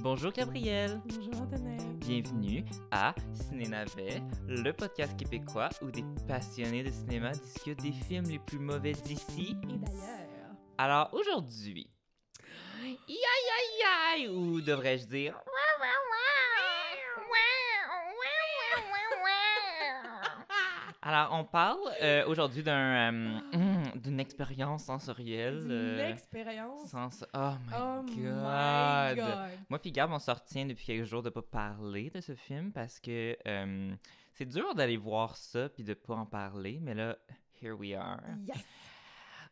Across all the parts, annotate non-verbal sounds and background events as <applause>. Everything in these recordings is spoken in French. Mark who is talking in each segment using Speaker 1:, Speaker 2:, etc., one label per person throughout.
Speaker 1: Bonjour Gabriel.
Speaker 2: Bonjour Antoinette.
Speaker 1: Bienvenue à Ciné Navet, le podcast québécois où des passionnés de cinéma discutent des films les plus mauvais d'ici.
Speaker 2: Et d'ailleurs.
Speaker 1: Alors aujourd'hui, aïe aïe aïe, ou devrais-je dire, alors on parle euh, aujourd'hui d'un, euh, <clears throat> hum, d'une expérience sensorielle.
Speaker 2: D'une
Speaker 1: euh,
Speaker 2: expérience.
Speaker 1: sens... Oh my
Speaker 2: Oh my
Speaker 1: God.
Speaker 2: God.
Speaker 1: Moi puis Gab, on se retient depuis quelques jours de pas parler de ce film parce que euh, c'est dur d'aller voir ça puis de pas en parler, mais là, here we are.
Speaker 2: Yes.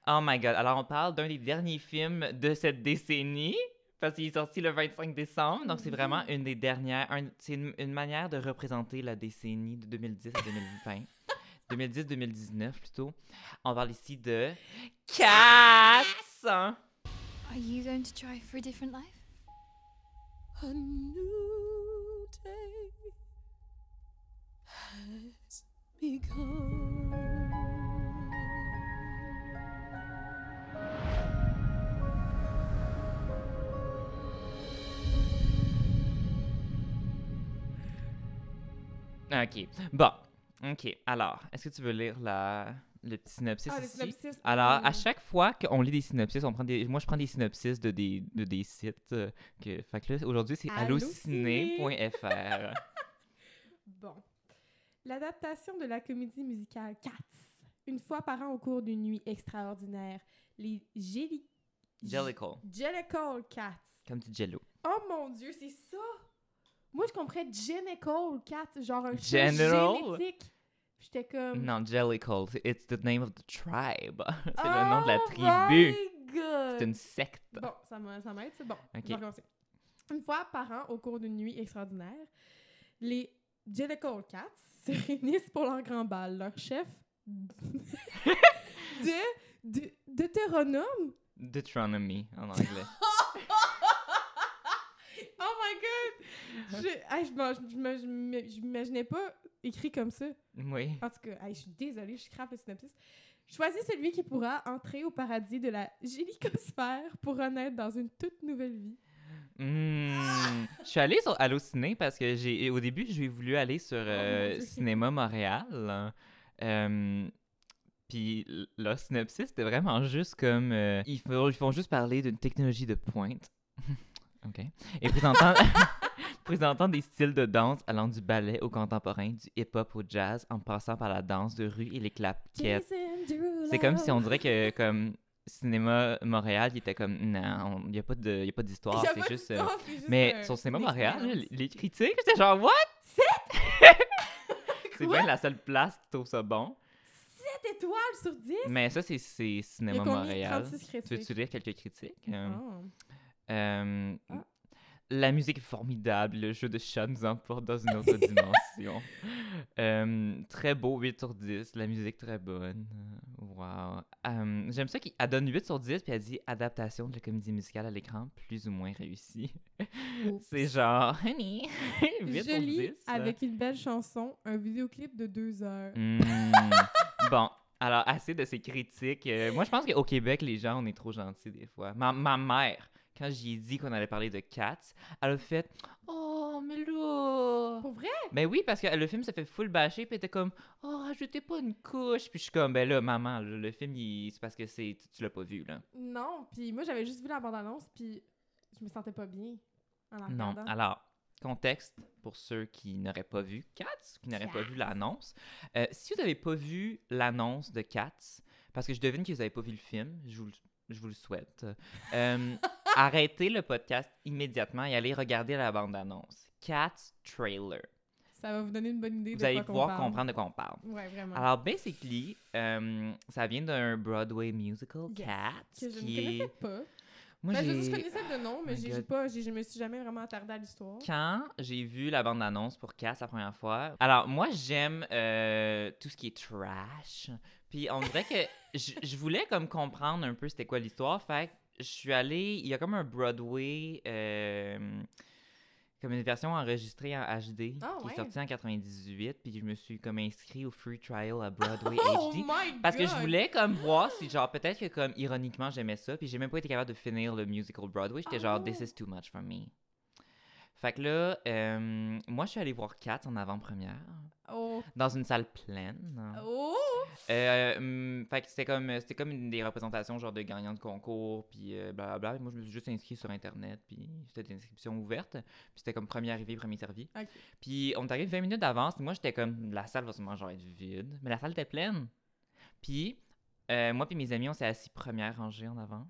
Speaker 1: Oh my god, alors on parle d'un des derniers films de cette décennie parce qu'il est sorti le 25 décembre, donc c'est
Speaker 2: Oui.
Speaker 1: vraiment une des dernières, un- c'est une, une manière de représenter la décennie de 2010 à 2020. 2010-2019 plutôt. On parle ici de 400.
Speaker 3: Are you going to try for a different life?
Speaker 4: A new day has begun.
Speaker 1: Ah, OK. Bon. OK. Alors, est-ce que tu veux lire la... le petit synopsis
Speaker 2: Ah, le
Speaker 1: ici?
Speaker 2: synopsis.
Speaker 1: Alors,
Speaker 2: Mm.
Speaker 1: à chaque fois qu'on lit des synopsis, on prend des... moi, je prends des synopsis de des, de des sites. euh, que... Fait que là, aujourd'hui, c'est
Speaker 2: Allociné.
Speaker 1: allociné.fr. <laughs>
Speaker 2: Bon. L'adaptation de la comédie musicale Cats. Une fois par an au cours d'une nuit extraordinaire, les Jelly...
Speaker 1: Jellicle,
Speaker 2: Jellicle Cats.
Speaker 1: comme du jello.
Speaker 2: Oh mon Dieu, c'est ça! Moi, je comprenais Jellicle Cats, genre un chat
Speaker 1: General?
Speaker 2: génétique. Puis J'étais comme...
Speaker 1: Non, Jellicle, c'est- it's the name of the tribe. <laughs> c'est
Speaker 2: C'est
Speaker 1: le nom de la tribu.
Speaker 2: Oh God.
Speaker 1: C'est une secte.
Speaker 2: Ah, Bon, ça m'a- ça m'aide, c'est bon.
Speaker 1: Ok.
Speaker 2: Je vais recommencer. Une fois par an, au cours d'une nuit extraordinaire, les Jellicle Cats <laughs> se réunissent pour leur grand bal. Leur chef de, de, Deutéronome.
Speaker 1: Deuteronomy, en
Speaker 2: <laughs>
Speaker 1: anglais.
Speaker 2: Oh my god! Je hey, je m'en- je- je me- je me- je m'imaginais pas écrit comme ça.
Speaker 1: oui.
Speaker 2: En tout cas, hey, je suis désolée, je crape le synopsis. Choisis celui qui pourra entrer au paradis de la gélicosphère pour renaître dans une toute nouvelle vie.
Speaker 1: Hmm. Je suis allée sur Allociné parce que j'ai au début j'ai voulu aller sur euh,
Speaker 2: Oh Dieu.
Speaker 1: Cinéma Montréal. Euh, puis l- leur synopsis c'était vraiment juste comme euh, ils, font, ils font juste parler d'une technologie de pointe. <laughs> OK. Et présentant <laughs> présentant des styles de danse allant du ballet au contemporain, du hip-hop au jazz en passant par la danse de rue et les claquettes. C'est comme si on dirait que comme Cinéma Montréal, il était comme non, il n'y a pas de y a pas d'histoire,
Speaker 2: Il y a pas
Speaker 1: c'est juste
Speaker 2: de
Speaker 1: euh,
Speaker 2: sens, c'est juste,
Speaker 1: mais
Speaker 2: euh,
Speaker 1: sur Cinéma
Speaker 2: une
Speaker 1: Montréal,
Speaker 2: expérience.
Speaker 1: les- les critiques, j'étais genre, what? <laughs> C'est
Speaker 2: Quoi?
Speaker 1: bien la seule place qui trouve ça bon.
Speaker 2: 7 étoiles sur 10?
Speaker 1: Mais ça, c'est c'est
Speaker 2: Il y a
Speaker 1: Cinéma
Speaker 2: combien?
Speaker 1: Montréal.
Speaker 2: 36
Speaker 1: Tu
Speaker 2: critiques.
Speaker 1: veux-tu lire quelques critiques? Euh,
Speaker 2: Oh.
Speaker 1: euh,
Speaker 2: Ah.
Speaker 1: La musique est formidable, le jeu de chat nous emporte dans une autre
Speaker 2: <laughs>
Speaker 1: dimension. Euh, très beau, 8 sur 10, la musique très bonne. Euh, Wow. Euh, J'aime ça qu'elle donne 8 sur 10 puis elle dit adaptation de la comédie musicale à l'écran, plus ou moins réussie. C'est genre, <laughs> honey, 8 sur 10.
Speaker 2: Joli,
Speaker 1: euh.
Speaker 2: avec une belle chanson, un vidéoclip de deux heures.
Speaker 1: <laughs> Hmm. bon, alors assez de ces critiques. Euh, moi, je pense qu'au Québec, les gens, on est trop gentils des fois. Ma, ma mère, quand j'y ai dit qu'on allait parler de Cats, elle a fait Oh, mais là.
Speaker 2: Pour vrai?
Speaker 1: Ben oui, parce que le film se fait full bâcher, puis elle était comme Oh, rajoutez pas une couche. Puis je suis comme Ben là, maman, le, le film, il- c'est parce que c'est tu, tu l'as pas vu, là.
Speaker 2: Non, puis moi j'avais juste vu la bande-annonce, puis je me sentais pas bien en la
Speaker 1: Non,
Speaker 2: regardant.
Speaker 1: alors, contexte pour ceux qui n'auraient pas vu Cats, qui n'auraient pas vu l'annonce. Euh, si vous n'avez pas vu l'annonce de Cats, parce que je devine que vous n'avez pas vu le film, je vous le, je vous le souhaite,
Speaker 2: <laughs>
Speaker 1: euh, arrêtez le podcast immédiatement et allez regarder la bande-annonce. Cats Trailer.
Speaker 2: Ça va vous donner une bonne idée
Speaker 1: Vous
Speaker 2: de
Speaker 1: allez
Speaker 2: quoi qu'on
Speaker 1: pouvoir
Speaker 2: parle.
Speaker 1: comprendre de quoi on parle.
Speaker 2: Ouais, vraiment.
Speaker 1: Alors, basically, euh, ça vient d'un Broadway musical,
Speaker 2: Yes,
Speaker 1: Cats,
Speaker 2: que je ne
Speaker 1: qui est...
Speaker 2: connaissais pas.
Speaker 1: Moi,
Speaker 2: Ben, je, veux dire, je
Speaker 1: j'ai- Oh
Speaker 2: connaissais de nom, mais
Speaker 1: my
Speaker 2: j'ai
Speaker 1: God.
Speaker 2: j'ai pas, j'ai- je me suis jamais vraiment attardée à l'histoire.
Speaker 1: Quand j'ai vu la bande-annonce pour Cass la première fois, alors moi j'aime euh, tout ce qui est trash. Puis on dirait
Speaker 2: <laughs>
Speaker 1: que je je voulais comme comprendre un peu c'était quoi l'histoire. Fait que je suis allée, il y a comme un Broadway, euh, comme une version enregistrée en HD
Speaker 2: Ah,
Speaker 1: qui
Speaker 2: ouais.
Speaker 1: est sortie en 98. Puis je me suis comme inscrit au free trial à Broadway
Speaker 2: <laughs> Oh
Speaker 1: HD.
Speaker 2: my
Speaker 1: Parce que je
Speaker 2: God!
Speaker 1: voulais comme voir si genre peut-être que comme ironiquement j'aimais ça puis j'ai même pas été capable de finir le musical Broadway j'étais
Speaker 2: Oh
Speaker 1: genre
Speaker 2: non.
Speaker 1: this is too much for me Fait que là, euh, moi, je suis allée voir Cats en avant-première,
Speaker 2: Oh!
Speaker 1: dans une salle pleine.
Speaker 2: Oh!
Speaker 1: Euh, hum, fait que c'était comme, c'était comme une des représentations genre de gagnants de concours, puis euh, blablabla. Moi, je me suis juste inscrit sur Internet, puis c'était une inscription ouverte. Puis c'était comme premier arrivé, premier servi.
Speaker 2: Ok.
Speaker 1: Puis on est arrivé 20 minutes d'avance, puis moi, j'étais comme, la salle va sûrement genre être vide. Mais la salle était pleine. Puis euh, moi puis mes amis, on s'est assis première rangée en avant.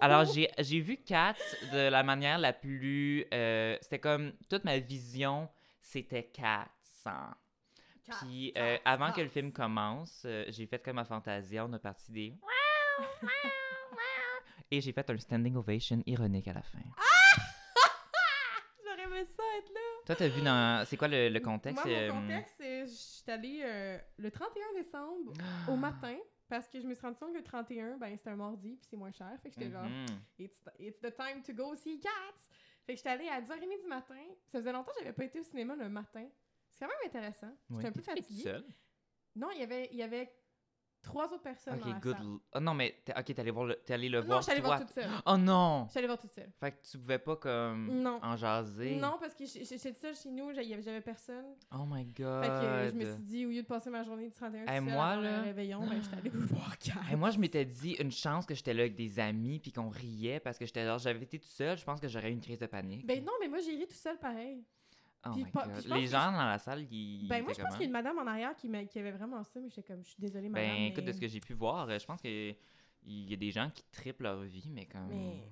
Speaker 1: Alors, j'ai j'ai vu Cats de la manière la plus... euh, c'était comme, toute ma vision, c'était Cats. hein. Puis euh, avant que le film commence, euh, j'ai fait comme à Fantasia, on a parti des. Miaou, miaou, miaou Et j'ai fait un standing ovation ironique à la fin.
Speaker 2: J'aurais aimé ça être là.
Speaker 1: Toi, t'as vu dans. C'est quoi le, le contexte?
Speaker 2: Ah! Moi,
Speaker 1: euh,
Speaker 2: mon contexte, c'est je suis allée euh, le 31 décembre
Speaker 1: <gasps> Ah.
Speaker 2: au matin parce que je me suis rendu compte que le 31, ben, c'était un mardi puis c'est moins cher. Fait que j'étais genre,
Speaker 1: mhm.
Speaker 2: it's, it's the time to go see Cats! Fait que j'étais allée à 10h30 du matin. Ça faisait longtemps que j'avais pas été au cinéma le matin. C'est quand même intéressant. J'étais
Speaker 1: Oui.
Speaker 2: un peu
Speaker 1: T'es-tu toute
Speaker 2: fatiguée.
Speaker 1: seule?
Speaker 2: Non, il y avait, il y avait trois autres personnes. dans la
Speaker 1: Ok, good.
Speaker 2: salle.
Speaker 1: l- Oh non, mais t'es- ok, t'es allé voir le, t'es allé le
Speaker 2: Non,
Speaker 1: voir.
Speaker 2: je suis allée
Speaker 1: toi.
Speaker 2: voir toute seule.
Speaker 1: Oh non!
Speaker 2: Je suis allée voir toute seule.
Speaker 1: Fait que tu pouvais pas comme.
Speaker 2: Non.
Speaker 1: En jaser.
Speaker 2: Non, parce que j- j'étais toute seule chez nous, j'a- y avait- j'avais personne.
Speaker 1: Oh my god.
Speaker 2: Fait que euh, je me suis dit, au lieu de passer ma journée du 31
Speaker 1: Hey,
Speaker 2: seule
Speaker 1: moi,
Speaker 2: avant
Speaker 1: là-
Speaker 2: le réveillon, ben,
Speaker 1: <gasps>
Speaker 2: j'étais allée voir Cats.
Speaker 1: Hey, moi, je m'étais dit une chance que j'étais là avec des amis puis qu'on riait parce que j'étais là, j'avais été toute seule, je pense que j'aurais eu une crise de panique.
Speaker 2: Ben non, mais moi, j'ai ri tout seul pareil.
Speaker 1: Oh
Speaker 2: Puis
Speaker 1: my
Speaker 2: pas-
Speaker 1: God.
Speaker 2: puis je pense
Speaker 1: Les
Speaker 2: que
Speaker 1: gens dans la salle, ils.
Speaker 2: Ben moi,
Speaker 1: étaient
Speaker 2: je pense
Speaker 1: comment?
Speaker 2: qu'il y a une madame en arrière qui, m'a- qui avait vraiment ça, mais j'étais comme, je suis désolée, madame.
Speaker 1: Ben écoute, de
Speaker 2: mais-
Speaker 1: ce que j'ai pu voir, euh, je pense que il y a des gens qui triplent leur vie, mais comme.
Speaker 2: Mais-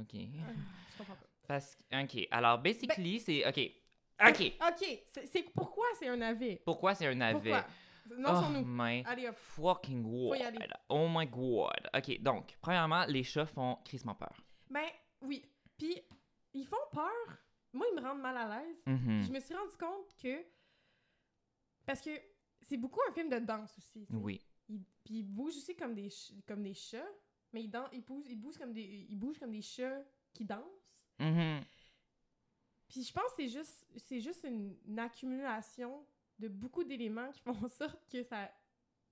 Speaker 1: Ok.
Speaker 2: Ah, Je comprends pas.
Speaker 1: Parce que. Ok. Alors, basically, c'est. Ok. Ok.
Speaker 2: OK, Ben, c'est- c'est pourquoi c'est un navet?
Speaker 1: Pourquoi c'est un navet?
Speaker 2: Pourquoi? Non,
Speaker 1: oh,
Speaker 2: sont nous.
Speaker 1: my
Speaker 2: Allez, hop.
Speaker 1: fucking
Speaker 2: Faut
Speaker 1: god.
Speaker 2: y aller.
Speaker 1: Oh my god. Ok. Donc, premièrement, les chats font crissement peur.
Speaker 2: Ben oui. Puis, ils font peur. Moi, ils me rendent mal à l'aise.
Speaker 1: Mhm.
Speaker 2: Je me suis rendu compte que... Parce que c'est beaucoup un film de danse aussi. tu sais.
Speaker 1: Oui.
Speaker 2: Ils- Puis ils bougent aussi comme des, ch- comme des chats, mais ils, dan- ils, bougent, ils, bougent comme des, ils bougent comme des chats qui dansent.
Speaker 1: Mhm.
Speaker 2: Puis je pense que c'est juste, c'est juste une, une accumulation de beaucoup d'éléments qui font en sorte que ça,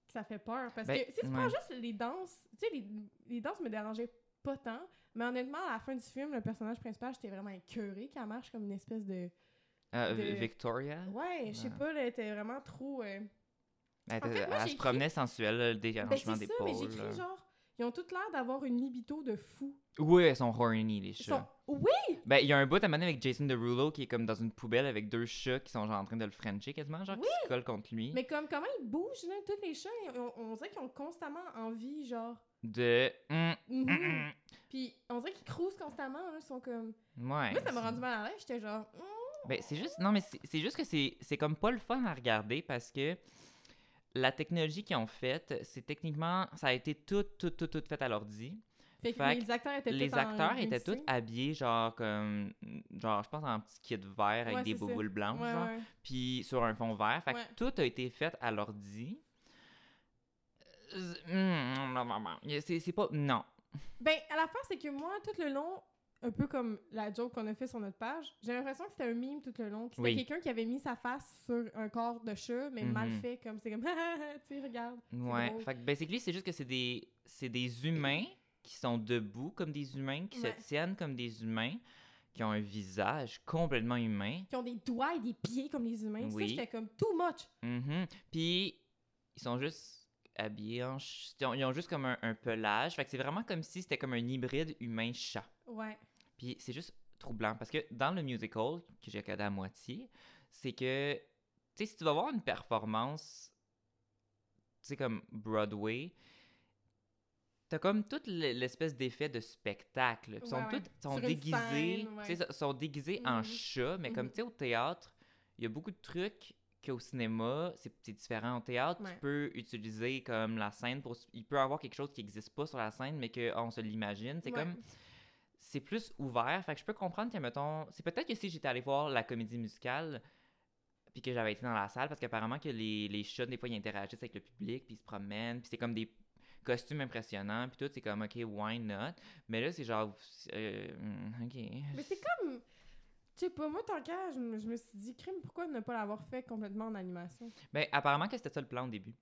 Speaker 2: que ça fait peur. Parce
Speaker 1: Ben,
Speaker 2: que si tu
Speaker 1: ouais.
Speaker 2: prends juste les danses, tu sais, les, les danses me dérangeaient pas tant, mais honnêtement, à la fin du film, le personnage principal, j'étais vraiment écœurée qu'elle marche comme une espèce de.
Speaker 1: Euh,
Speaker 2: De-
Speaker 1: Victoria.
Speaker 2: Ouais, je sais
Speaker 1: Ouais.
Speaker 2: pas, là, elle était vraiment trop. euh,
Speaker 1: Elle,
Speaker 2: En fait,
Speaker 1: était-
Speaker 2: moi,
Speaker 1: elle
Speaker 2: j'ai
Speaker 1: se
Speaker 2: écrit-
Speaker 1: promenait sensuelle, là, le
Speaker 2: Ben, c'est
Speaker 1: dérangement
Speaker 2: ça, mais j'ai
Speaker 1: d'épaule.
Speaker 2: écrit
Speaker 1: là.
Speaker 2: genre. Ils ont toutes l'air d'avoir une libido de fou.
Speaker 1: Oui, elles sont horny, les
Speaker 2: Ils
Speaker 1: chats.
Speaker 2: sont- Oui!
Speaker 1: Ben, il y a un bout à un moment donné avec Jason Derulo qui est comme dans une poubelle avec deux chats qui sont genre en train de le frencher quasiment, genre qui se collent contre lui.
Speaker 2: Mais comme comment ils bougent, là, tous les chats, ils- on, on dirait qu'ils ont constamment envie, genre.
Speaker 1: De. Hum, hum,
Speaker 2: Mhm.
Speaker 1: hum.
Speaker 2: Puis on dirait qu'ils crousent constamment, là, ils sont comme.
Speaker 1: Ouais.
Speaker 2: Moi, ça m'a
Speaker 1: c'est-
Speaker 2: rendu mal à l'aise. J'étais genre, Hum,
Speaker 1: Ben, c'est juste. Non, mais c'est c'est juste que c'est c'est comme pas le fun à regarder parce que la technologie qu'ils ont faite, c'est techniquement. Ça a été tout, tout, tout, tout fait à l'ordi.
Speaker 2: Fait que
Speaker 1: Fait
Speaker 2: les acteurs étaient
Speaker 1: Les
Speaker 2: tous en
Speaker 1: acteurs étaient
Speaker 2: unité.
Speaker 1: tous habillés genre comme. Genre, je pense en petit kit vert avec
Speaker 2: Ouais,
Speaker 1: des
Speaker 2: c'est ça.
Speaker 1: bouboules blanches,
Speaker 2: Ouais,
Speaker 1: genre.
Speaker 2: ouais.
Speaker 1: puis sur un fond vert. Fait
Speaker 2: Ouais.
Speaker 1: que tout a été fait à l'ordi. Euh, mm, non, non, non. C'est c'est pas. Non.
Speaker 2: Ben, à la fin, c'est que moi, tout le long, un peu comme la joke qu'on a fait sur notre page, j'ai l'impression que c'était un mime tout le long. que C'était
Speaker 1: Oui.
Speaker 2: quelqu'un qui avait mis sa face sur un corps de chat, mais mal
Speaker 1: Mhm.
Speaker 2: fait, comme c'est comme, <laughs> tu sais, regarde.
Speaker 1: Ouais.
Speaker 2: drôle.
Speaker 1: Fait que basically, c'est juste que c'est des, c'est des humains qui sont debout comme des humains, qui
Speaker 2: Ouais.
Speaker 1: se tiennent comme des humains, qui ont un visage complètement humain.
Speaker 2: Qui ont des doigts et des pieds comme les humains.
Speaker 1: Oui.
Speaker 2: Ça, j'étais comme, too much.
Speaker 1: Mhm. Puis ils sont juste habillés en. ch- Ils ont, ils ont juste comme un, un pelage. Fait que c'est vraiment comme si c'était comme un hybride humain-chat.
Speaker 2: Ouais.
Speaker 1: Puis c'est juste troublant parce que dans le musical, que j'ai regardé à moitié, c'est que, tu sais, si tu vas voir une performance, tu sais, comme Broadway, t'as comme toute l- l'espèce d'effet de spectacle. Ils sont
Speaker 2: Ouais, ouais.
Speaker 1: toutes sont
Speaker 2: Sur une
Speaker 1: déguisés,
Speaker 2: scène, ouais.
Speaker 1: tu sais, so- sont déguisés en
Speaker 2: Mhm.
Speaker 1: chat, mais comme,
Speaker 2: Mhm.
Speaker 1: tu sais, au théâtre, il y a beaucoup de trucs qu'au cinéma, c'est c'est différent. Au théâtre,
Speaker 2: Ouais.
Speaker 1: tu peux utiliser comme la scène pour... Il peut y avoir quelque chose qui n'existe pas sur la scène, mais qu'on se l'imagine. C'est
Speaker 2: Ouais.
Speaker 1: comme c'est plus ouvert. Fait que je peux comprendre que, mettons, c'est peut-être que si j'étais allé voir la comédie musicale, puis que j'avais été dans la salle, parce qu'apparemment que les, les chats, des fois, ils interagissent avec le public, puis ils se promènent, puis c'est comme des costumes impressionnants, puis tout, c'est comme, OK, why not? Mais là, c'est genre, euh, hmm, OK.
Speaker 2: Mais c'est comme. Je sais pas, moi, tant qu'à, je, me- je me suis dit, crime, pourquoi ne pas l'avoir fait complètement en animation?
Speaker 1: Ben, apparemment que c'était ça le plan au début.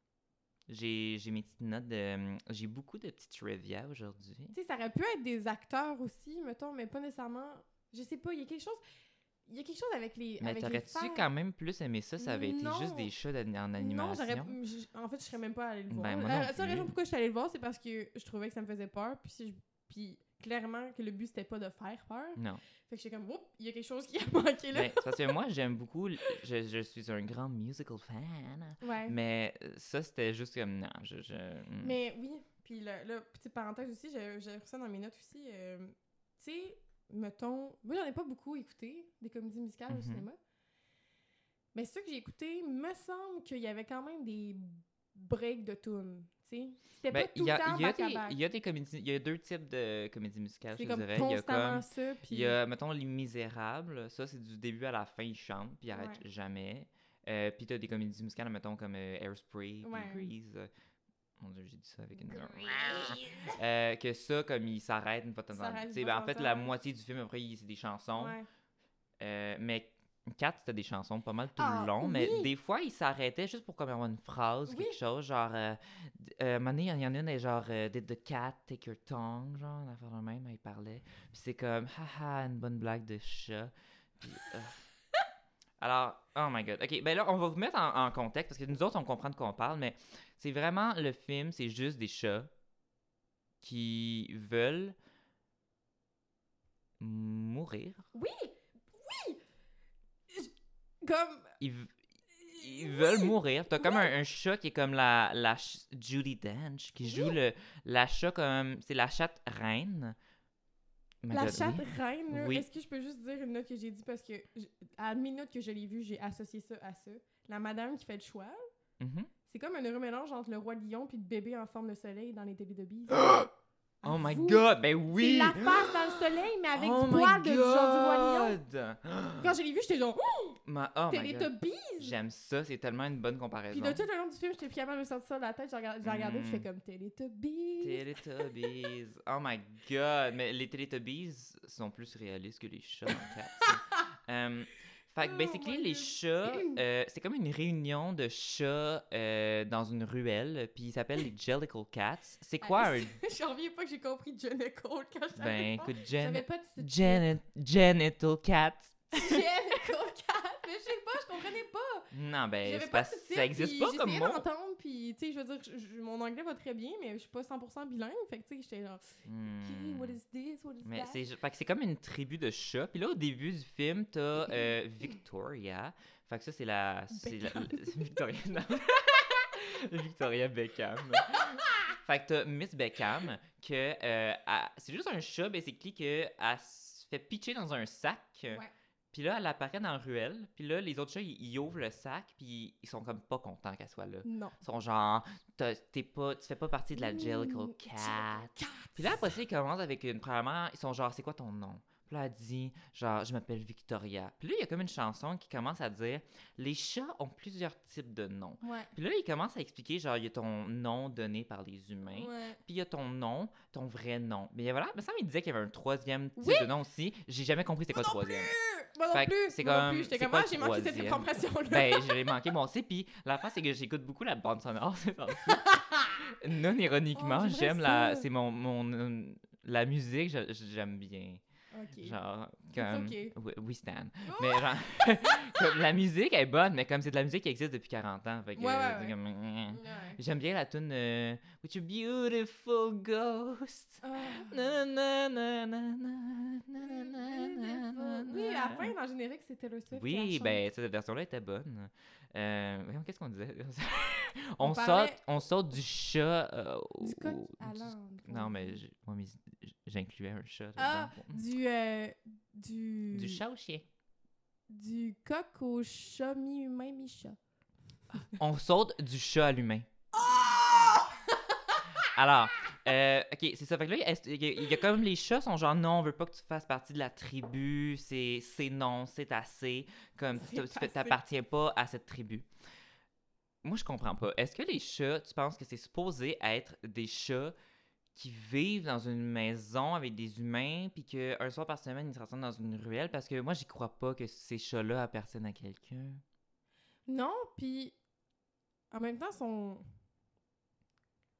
Speaker 1: J'ai j'ai mes petites notes de... J'ai beaucoup de petites trivia aujourd'hui.
Speaker 2: Tu sais, ça aurait pu être des acteurs aussi, mettons, mais pas nécessairement. Je sais pas, il y a quelque chose. Il y a quelque chose avec les.
Speaker 1: Mais
Speaker 2: avec les
Speaker 1: t'aurais-tu
Speaker 2: fers.
Speaker 1: quand même plus aimé ça? Ça avait été juste
Speaker 2: Non.
Speaker 1: des chats d'an- en
Speaker 2: Non,
Speaker 1: animation.
Speaker 2: j'aurais. j- En fait, je serais même pas allée le voir.
Speaker 1: Ben, moi
Speaker 2: Euh,
Speaker 1: non
Speaker 2: la seule
Speaker 1: plus.
Speaker 2: raison pourquoi je suis allée le voir, c'est parce que je trouvais que ça me faisait peur. Puis, si je- puis clairement, que le but, c'était pas de faire peur.
Speaker 1: Non.
Speaker 2: Fait que j'étais comme, oups, il y a quelque chose qui a <laughs> manqué là.
Speaker 1: Ben, c'est parce que moi, j'aime beaucoup. l- Je, je suis un grand musical fan.
Speaker 2: ouais.
Speaker 1: Mais euh, ça, c'était juste comme. Non, je. je hmm.
Speaker 2: Mais oui, puis là, là, petite parenthèse aussi, j'ai j'ai ça dans mes notes aussi. euh, tu sais, mettons, moi j'en ai pas beaucoup écouté des comédies musicales
Speaker 1: Mhm.
Speaker 2: au cinéma. Mais ceux que j'ai écoutés, me semble qu'il y avait quand même des breaks de tunes, tu sais. C'était
Speaker 1: Ben,
Speaker 2: pas tout
Speaker 1: il y,
Speaker 2: le
Speaker 1: a-
Speaker 2: temps
Speaker 1: il y a
Speaker 2: back à
Speaker 1: des-
Speaker 2: back.
Speaker 1: il y a des comédies. Il y a deux types de comédies musicales, je
Speaker 2: C'est
Speaker 1: te
Speaker 2: comme
Speaker 1: dirais. Il y a
Speaker 2: constamment
Speaker 1: comme.
Speaker 2: ça, puis
Speaker 1: Il y a, mettons, Les Misérables. Ça, c'est du début à la fin, ils chantent, puis ils arrêtent jamais. Euh, puis t'as des comédies musicales, mettons, comme euh, Airspray, puis
Speaker 2: Ouais.
Speaker 1: Grease. euh, Mon dieu, j'ai dit ça avec une. Euh, que ça, comme ils s'arrêtent une fois de temps en temps.
Speaker 2: S'arrêtent
Speaker 1: Tu
Speaker 2: une
Speaker 1: sais,
Speaker 2: fois
Speaker 1: ben,
Speaker 2: de
Speaker 1: en fait,
Speaker 2: temps en
Speaker 1: la
Speaker 2: temps.
Speaker 1: moitié du film, après, il- c'est des chansons.
Speaker 2: ouais.
Speaker 1: Euh, mais 4, c'était des chansons pas mal tout
Speaker 2: Ah,
Speaker 1: le long. Mais
Speaker 2: oui.
Speaker 1: des fois, ils s'arrêtaient juste pour comme avoir une phrase,
Speaker 2: Oui.
Speaker 1: quelque chose. Genre, euh, d- euh, à un moment donné, il y en a une, elle est genre, euh, did the cat take your tongue? Genre, une affaire de même, elle parlait. Puis c'est comme, haha, une bonne blague de chat. Puis,
Speaker 2: <laughs>
Speaker 1: euh. Alors, oh my god. Ok, ben là, on va vous mettre en, en contexte parce que nous autres, on comprend de quoi on parle, mais c'est vraiment le film, c'est juste des chats qui veulent mourir.
Speaker 2: Comme,
Speaker 1: Ils, v- ils veulent mourir. T'as comme
Speaker 2: Oui.
Speaker 1: un, un chat qui est comme la, la ch- Judy Dench qui joue le la chat comme c'est la chatte reine. My
Speaker 2: la
Speaker 1: God, oui.
Speaker 2: chatte reine, là,
Speaker 1: Oui.
Speaker 2: est-ce que je peux juste dire une note que j'ai dit parce que j- à mes notes que je l'ai vue, j'ai associé ça à ça. La madame qui fait le choix, <gasps>
Speaker 1: Mhm.
Speaker 2: C'est comme un heureux mélange entre le roi lion puis le bébé en forme de soleil dans les Teletubbies.
Speaker 1: Oh my
Speaker 2: Avoue.
Speaker 1: god, ben
Speaker 2: Ah, C'est
Speaker 1: oui.
Speaker 2: la face dans le soleil, mais avec
Speaker 1: oh
Speaker 2: du
Speaker 1: my
Speaker 2: poil de, du genre du roi lion.
Speaker 1: God. <gasps>
Speaker 2: Quand je l'ai vu, j'étais genre oh,
Speaker 1: Ma- oh my God.
Speaker 2: Teletubbies!
Speaker 1: J'aime ça, c'est tellement une bonne comparaison.
Speaker 2: Puis de tout le long du film, j'étais plus capable de me sortir ça de la tête. J'ai regardé, j'ai regardé
Speaker 1: Mm.
Speaker 2: puis j'étais comme Teletubbies!
Speaker 1: Teletubbies. Oh my god. Mais les Teletubbies sont plus réalistes que les chats en cats.
Speaker 2: <laughs>
Speaker 1: Euh, fait que
Speaker 2: Oh
Speaker 1: basically,
Speaker 2: my
Speaker 1: les
Speaker 2: God.
Speaker 1: chats, euh, c'est comme une réunion de chats euh, dans une ruelle, puis ils s'appellent les Jellicle Cats. C'est quoi un.
Speaker 2: <laughs> J'en reviens pas que j'ai compris John Cole quand je
Speaker 1: Ben écoute,
Speaker 2: J'avais
Speaker 1: gen...
Speaker 2: pas de petite- <laughs>
Speaker 1: Janet... Genital Cats.
Speaker 2: John Cole cat, mais je sais pas, je comprenais pas.
Speaker 1: Non, ben,
Speaker 2: J'avais
Speaker 1: c'est
Speaker 2: pas
Speaker 1: pas...
Speaker 2: de
Speaker 1: ça existe
Speaker 2: puis
Speaker 1: pas comme
Speaker 2: j'essayais
Speaker 1: mot.
Speaker 2: d'entendre, puis tu sais, je veux dire, je- je- mon anglais va très bien, mais je suis pas 100% bilingue, fait que tu sais, j'étais genre,
Speaker 1: Hmm.
Speaker 2: ok, what is this, what is
Speaker 1: Mais
Speaker 2: that?
Speaker 1: c'est ju- fait que c'est comme une tribu de chats. Puis là, au début du film, t'as euh, Victoria. Fait que ça, c'est la. c'est la-
Speaker 2: Beckham.
Speaker 1: la- <laughs> Victoria. non. Victoria Beckham. fait que t'as Miss Beckham, que. euh, elle- c'est juste un chat, basically, que elle se fait pitcher dans un sac. Puis là, elle apparaît dans la ruelle. Puis là, les autres chats, ils, ils ouvrent le sac. Puis ils sont comme pas contents qu'elle soit là.
Speaker 2: Non.
Speaker 1: Ils sont genre. t'as- t'es pas, tu fais pas partie de la
Speaker 2: Mm,
Speaker 1: Jellicle
Speaker 2: Jellicle
Speaker 1: Cat.
Speaker 2: Cat.
Speaker 1: Puis là, après ça, ils commencent avec une. Premièrement, ils sont genre, c'est quoi ton nom? Puis là, elle dit, genre, je m'appelle Victoria. Puis là, il y a comme une chanson qui commence à dire, les chats ont plusieurs types de noms.
Speaker 2: Ouais.
Speaker 1: Puis là, ils commencent à expliquer, genre, il y a ton nom donné par les humains.
Speaker 2: Ouais.
Speaker 1: Puis il y a ton nom, ton vrai nom. Mais voilà, il me semble qu'il disait qu'il y avait un troisième type
Speaker 2: Oui!
Speaker 1: de nom aussi. J'ai jamais compris c'est quoi le troisième.
Speaker 2: Moi non
Speaker 1: Fait que
Speaker 2: plus,
Speaker 1: c'est
Speaker 2: moi non
Speaker 1: comme-
Speaker 2: plus, j'étais
Speaker 1: c'est
Speaker 2: comme,
Speaker 1: quoi
Speaker 2: ah,
Speaker 1: le
Speaker 2: j'ai manqué cette
Speaker 1: troisième?
Speaker 2: information-là.
Speaker 1: Ben, je l'ai manqué moi aussi. Puis la fin, c'est que j'écoute beaucoup la bande sonore. ces
Speaker 2: <laughs>
Speaker 1: temps-ci. non ironiquement,
Speaker 2: Oh, j'aimerais
Speaker 1: j'aime la.
Speaker 2: ça.
Speaker 1: C'est mon. mon euh, la musique, je- j'aime bien.
Speaker 2: ok. Oh,
Speaker 1: Genre,
Speaker 2: It's
Speaker 1: comme.
Speaker 2: okay.
Speaker 1: Oui, oui, Stan. Mais genre, <laughs> comme la musique est bonne, mais comme c'est de la musique qui existe depuis 40 ans. Fait que,
Speaker 2: Ouais, ouais,
Speaker 1: euh, c'est
Speaker 2: ouais.
Speaker 1: comme, euh,
Speaker 2: Ouais.
Speaker 1: J'aime bien la tune euh, With your beautiful ghost.
Speaker 2: Ah.
Speaker 1: Na, na, na, na, na, na, na, na, na,
Speaker 2: Oui, à
Speaker 1: na.
Speaker 2: la fin, dans le générique, c'était Taylor Swift. qui la
Speaker 1: Oui,
Speaker 2: chante.
Speaker 1: ben cette version-là était bonne. Euh, voyons, qu'est-ce qu'on disait <laughs> on,
Speaker 2: On
Speaker 1: saute,
Speaker 2: parlait-
Speaker 1: on saute du chat. euh,
Speaker 2: Du
Speaker 1: au-
Speaker 2: coq
Speaker 1: au-
Speaker 2: à
Speaker 1: du-
Speaker 2: l'âne.
Speaker 1: Non,
Speaker 2: qu'on
Speaker 1: mais
Speaker 2: dit.
Speaker 1: j'- ouais, mais j'incluais un chat.
Speaker 2: Ah,
Speaker 1: dedans.
Speaker 2: Du, euh, du.
Speaker 1: Du chat au chien.
Speaker 2: Du coq au chat mi-humain, mi-chat.
Speaker 1: On saute du chat à l'humain.
Speaker 2: Ah! <laughs>
Speaker 1: Alors, euh, ok, c'est ça. Fait que là, est-ce- il y, a- il y a comme les chats sont genre non, on veut pas que tu fasses partie de la tribu, c'est c'est non, c'est assez. Comme tu
Speaker 2: C'est
Speaker 1: tu fais-
Speaker 2: assez.
Speaker 1: t'appartiens pas à cette tribu. Moi, je comprends pas. Est-ce que les chats, tu penses que c'est supposé être des chats qui vivent dans une maison avec des humains, puis qu'un soir par semaine, ils se retrouvent dans une ruelle? Parce que moi, j'y crois pas que ces chats-là appartiennent à quelqu'un.
Speaker 2: Non, puis. En même temps, sont.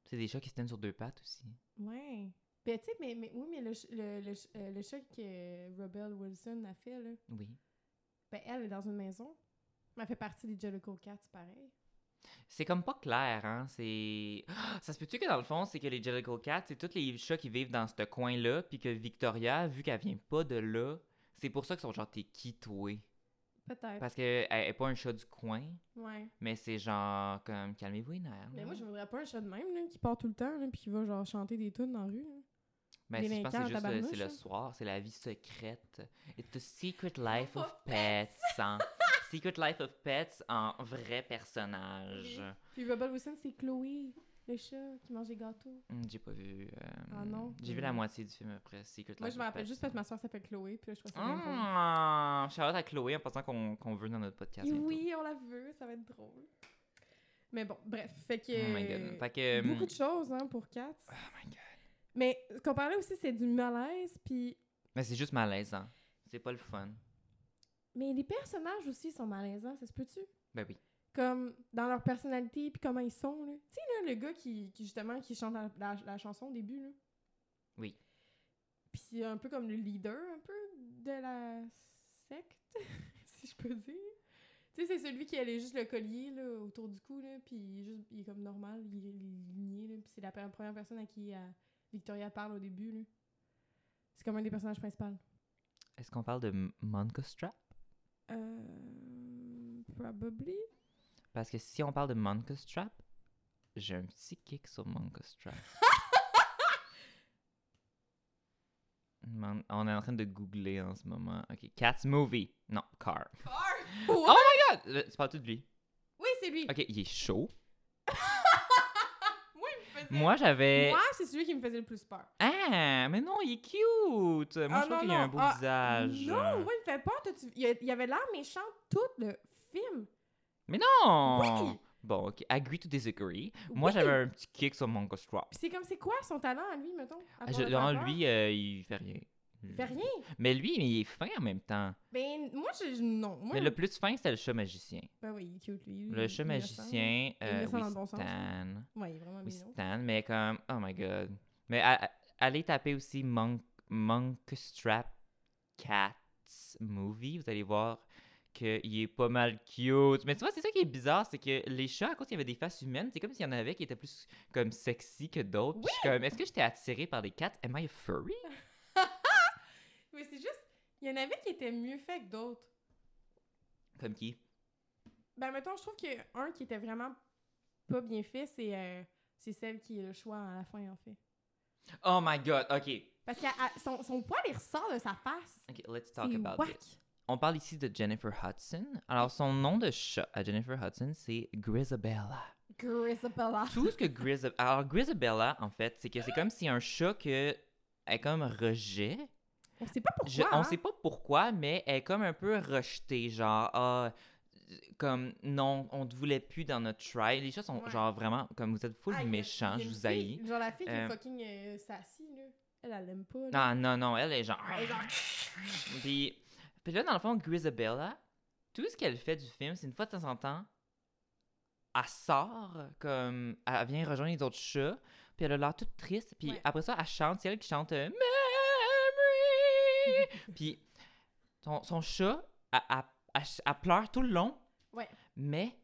Speaker 1: C'est des chats qui se tiennent sur deux pattes aussi.
Speaker 2: Ouais. Ben, tu sais, mais, mais oui, mais le, ch- le, le, ch- euh, le chat que Rebel Wilson a fait, là.
Speaker 1: Oui.
Speaker 2: Ben, elle est dans une maison. Mais elle fait partie des Jellicoe Cats, pareil.
Speaker 1: C'est comme pas clair, hein? C'est. <gasps> Ça se peut-tu que dans le fond, c'est que les Jellicle Cats, c'est tous les chats qui vivent dans ce coin-là, puis que Victoria, vu qu'elle vient pas de là, c'est pour ça qu'ils sont genre t'es qui toi?
Speaker 2: Peut-être.
Speaker 1: Parce qu'elle est pas un chat du coin,
Speaker 2: Ouais.
Speaker 1: mais c'est genre comme calmez-vous les nerfs.
Speaker 2: Mais moi,
Speaker 1: là.
Speaker 2: je voudrais pas un chat de même, là, qui part tout le temps, là, puis qui va, genre, chanter des tunes dans la rue. là.
Speaker 1: Mais si je pense que c'est
Speaker 2: délinquant,
Speaker 1: juste euh, c'est
Speaker 2: tabarnouche,
Speaker 1: le
Speaker 2: hein.
Speaker 1: soir, c'est la vie secrète. It's the secret life
Speaker 2: <laughs>
Speaker 1: of pets. hein. Secret life of pets en vrai personnage.
Speaker 2: Puis Rebel Wilson, c'est Chloé, le chat qui mange des gâteaux.
Speaker 1: Hmm, J'ai pas vu. euh,
Speaker 2: Ah non?
Speaker 1: J'ai vu la
Speaker 2: Hmm.
Speaker 1: moitié du film après Secret
Speaker 2: Moi,
Speaker 1: Life
Speaker 2: je me
Speaker 1: of
Speaker 2: rappelle
Speaker 1: Pets.
Speaker 2: juste parce que ma soeur s'appelle Chloé, puis là, je trouve ça bien drôle.
Speaker 1: Ah, Charlotte à Chloé en pensant qu'on qu'on veut dans notre podcast.
Speaker 2: Et
Speaker 1: bientôt.
Speaker 2: oui, on la veut, ça va être drôle. Mais bon, bref, fait que...
Speaker 1: Oh my god. Fait que.
Speaker 2: euh, Beaucoup
Speaker 1: hum,
Speaker 2: de choses, hein, pour Cats.
Speaker 1: Oh my god.
Speaker 2: Mais ce qu'on parlait aussi, c'est du malaise, puis...
Speaker 1: Mais c'est juste malaisant. C'est pas le fun.
Speaker 2: Mais les personnages aussi sont malaisants, ça se peut-tu?
Speaker 1: Ben oui.
Speaker 2: Comme dans leur personnalité, puis comment ils sont, là. Tu sais, là, le gars qui, qui, justement, qui chante la, la- la chanson au début, là.
Speaker 1: Oui.
Speaker 2: Puis c'est un peu comme le leader, un peu, de la secte, <laughs> si je peux dire. Tu sais, c'est celui qui allait juste le collier, là, autour du cou, là, puis il est juste, il est comme normal, il est il est ligné, là, puis c'est la pre- première personne à qui euh, Victoria parle au début, là. C'est comme un des personnages principaux.
Speaker 1: Est-ce qu'on parle de M- Monica Strap?
Speaker 2: Euh, probably.
Speaker 1: Parce que si on parle de Monica Strap, j'ai un petit kick sur Monica
Speaker 2: <laughs>
Speaker 1: Strap. Mon- On est en train de googler en ce moment. Ok. Cats Movie. Non, Car.
Speaker 2: What?
Speaker 1: Ah, euh, tu parles tout de lui.
Speaker 2: Oui, c'est <laughs> lui.
Speaker 1: Ok, il est chaud.
Speaker 2: Moi, il me faisait-
Speaker 1: Moi, j'avais.
Speaker 2: Moi, c'est celui qui me faisait le plus peur.
Speaker 1: Ah, mais non, il est cute. Moi,
Speaker 2: Ah,
Speaker 1: je trouve
Speaker 2: non,
Speaker 1: qu'il a un
Speaker 2: non.
Speaker 1: beau
Speaker 2: Ah,
Speaker 1: visage.
Speaker 2: Non, moi, il me fait peur. toi, tu- Il a- il avait l'air méchant tout le film.
Speaker 1: Mais non!
Speaker 2: Oui!
Speaker 1: Bon, ok. Agree to disagree. Moi,
Speaker 2: Oui!
Speaker 1: j'avais un petit kick sur mon ghost Rock.
Speaker 2: Puis c'est comme, c'est quoi son talent à lui, mettons? à part
Speaker 1: Ah, Je-
Speaker 2: de faire
Speaker 1: non,
Speaker 2: peur?
Speaker 1: lui, euh, il fait rien.
Speaker 2: Il fait rien.
Speaker 1: Mais lui, il est fin en même temps.
Speaker 2: Ben, moi, je. je- Non. Moi,
Speaker 1: Mais le plus fin, c'était le chat magicien.
Speaker 2: Ben oui, il est cute, lui.
Speaker 1: Le chat magicien,
Speaker 2: Il est
Speaker 1: euh,
Speaker 2: innocent
Speaker 1: oui,
Speaker 2: dans le bon sens,
Speaker 1: Stan.
Speaker 2: Oui, il est vraiment
Speaker 1: Oui,
Speaker 2: mignon.
Speaker 1: Stan, mais comme, oh my god. Mais a- a- allez taper aussi Monk, Monk Strap Cats Movie, vous allez voir qu'il est pas mal cute. Mais tu vois, c'est ça qui est bizarre, c'est que les chats, à cause qu'il y avait des faces humaines, c'est comme s'il y en avait qui étaient plus comme sexy que d'autres. Puis je suis comme, est-ce que j'étais attirée par des cats? Am I a furry?
Speaker 2: Mais c'est juste, il y en avait qui étaient mieux faits que d'autres.
Speaker 1: Comme qui?
Speaker 2: Ben, mettons, je trouve qu'un qui était vraiment pas bien fait, c'est euh, c'est celle qui est le choix à la fin, en fait.
Speaker 1: Oh my god, ok.
Speaker 2: Parce que son, son poil, il ressort de sa face.
Speaker 1: Ok, let's talk
Speaker 2: C'est
Speaker 1: about
Speaker 2: whack.
Speaker 1: this. On parle ici de Jennifer Hudson. Alors, son nom de chat à Jennifer Hudson, c'est Grisabella.
Speaker 2: Grisabella.
Speaker 1: tout ce que Grisabella... Alors, Grisabella, en fait, c'est que c'est comme si un chat que... Elle est comme rejet.
Speaker 2: On sait pas pourquoi.
Speaker 1: Je- on
Speaker 2: hein.
Speaker 1: sait pas pourquoi, mais elle est comme un peu rejetée, genre... Ah, comme, non, on te voulait plus dans notre tribe. Les chats sont
Speaker 2: Ouais.
Speaker 1: genre vraiment... Comme, vous êtes full
Speaker 2: Ah, il y a-
Speaker 1: méchants,
Speaker 2: il y a
Speaker 1: je
Speaker 2: une
Speaker 1: vous haïs.
Speaker 2: fille- Genre la fille qui
Speaker 1: Euh,
Speaker 2: est fucking euh, sassy, là. Elle, elle l'aime pas. là.
Speaker 1: Non, Ah, non, non, elle est genre...
Speaker 2: Elle est genre-
Speaker 1: Puis, puis là, dans le fond, Grisabella, tout ce qu'elle fait du film, c'est une fois de temps en temps, elle sort, comme, elle vient rejoindre les autres chats, puis elle a l'air toute triste, puis
Speaker 2: Ouais.
Speaker 1: après ça, elle chante, c'est elle qui chante euh,
Speaker 2: <laughs>
Speaker 1: Memory! puis son, son chat, elle, elle- elle ch- elle pleure tout le long,
Speaker 2: Ouais.
Speaker 1: mais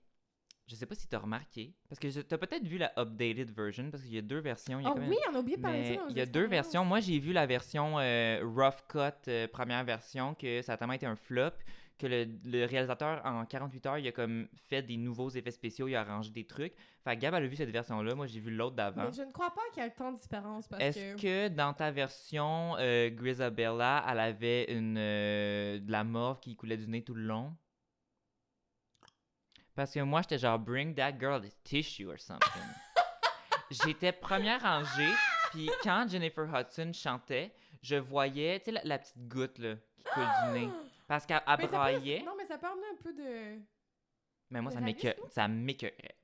Speaker 1: je sais pas si t'as remarqué, parce que je- t'as peut-être vu la updated version, parce qu'il y a deux versions. il y a
Speaker 2: Ah
Speaker 1: quand même-
Speaker 2: oui, on a oublié de parler de ça.
Speaker 1: mais
Speaker 2: dans nos
Speaker 1: il y a deux
Speaker 2: expériences.
Speaker 1: versions. Moi, j'ai vu la version euh, rough cut, euh, première version, que ça a tellement été un flop que le, le réalisateur, en 48 heures, il a comme fait des nouveaux effets spéciaux, il a arrangé des trucs. Fait que Gab, elle a vu cette version-là. Moi, j'ai vu l'autre d'avant.
Speaker 2: Mais je ne crois pas qu'il y a tant de différence parce
Speaker 1: Est-ce
Speaker 2: que.
Speaker 1: que dans ta version, euh, Grisabella, elle avait une, euh, de la morve qui coulait du nez tout le long? Parce que moi, j'étais genre, bring that girl the tissue or
Speaker 2: <laughs>
Speaker 1: something. J'étais première rangée, puis quand Jennifer Hudson chantait, je voyais, tu sais, la, la petite goutte là, qui coule du
Speaker 2: <gasps>
Speaker 1: nez. Parce qu'elle elle
Speaker 2: Mais ça peut-
Speaker 1: braillait,
Speaker 2: Non, mais ça peut emmener un peu de. <gasps>
Speaker 1: mais moi,
Speaker 2: mais
Speaker 1: ça
Speaker 2: réaliste,
Speaker 1: m'écœurait. Ça m'écœurait.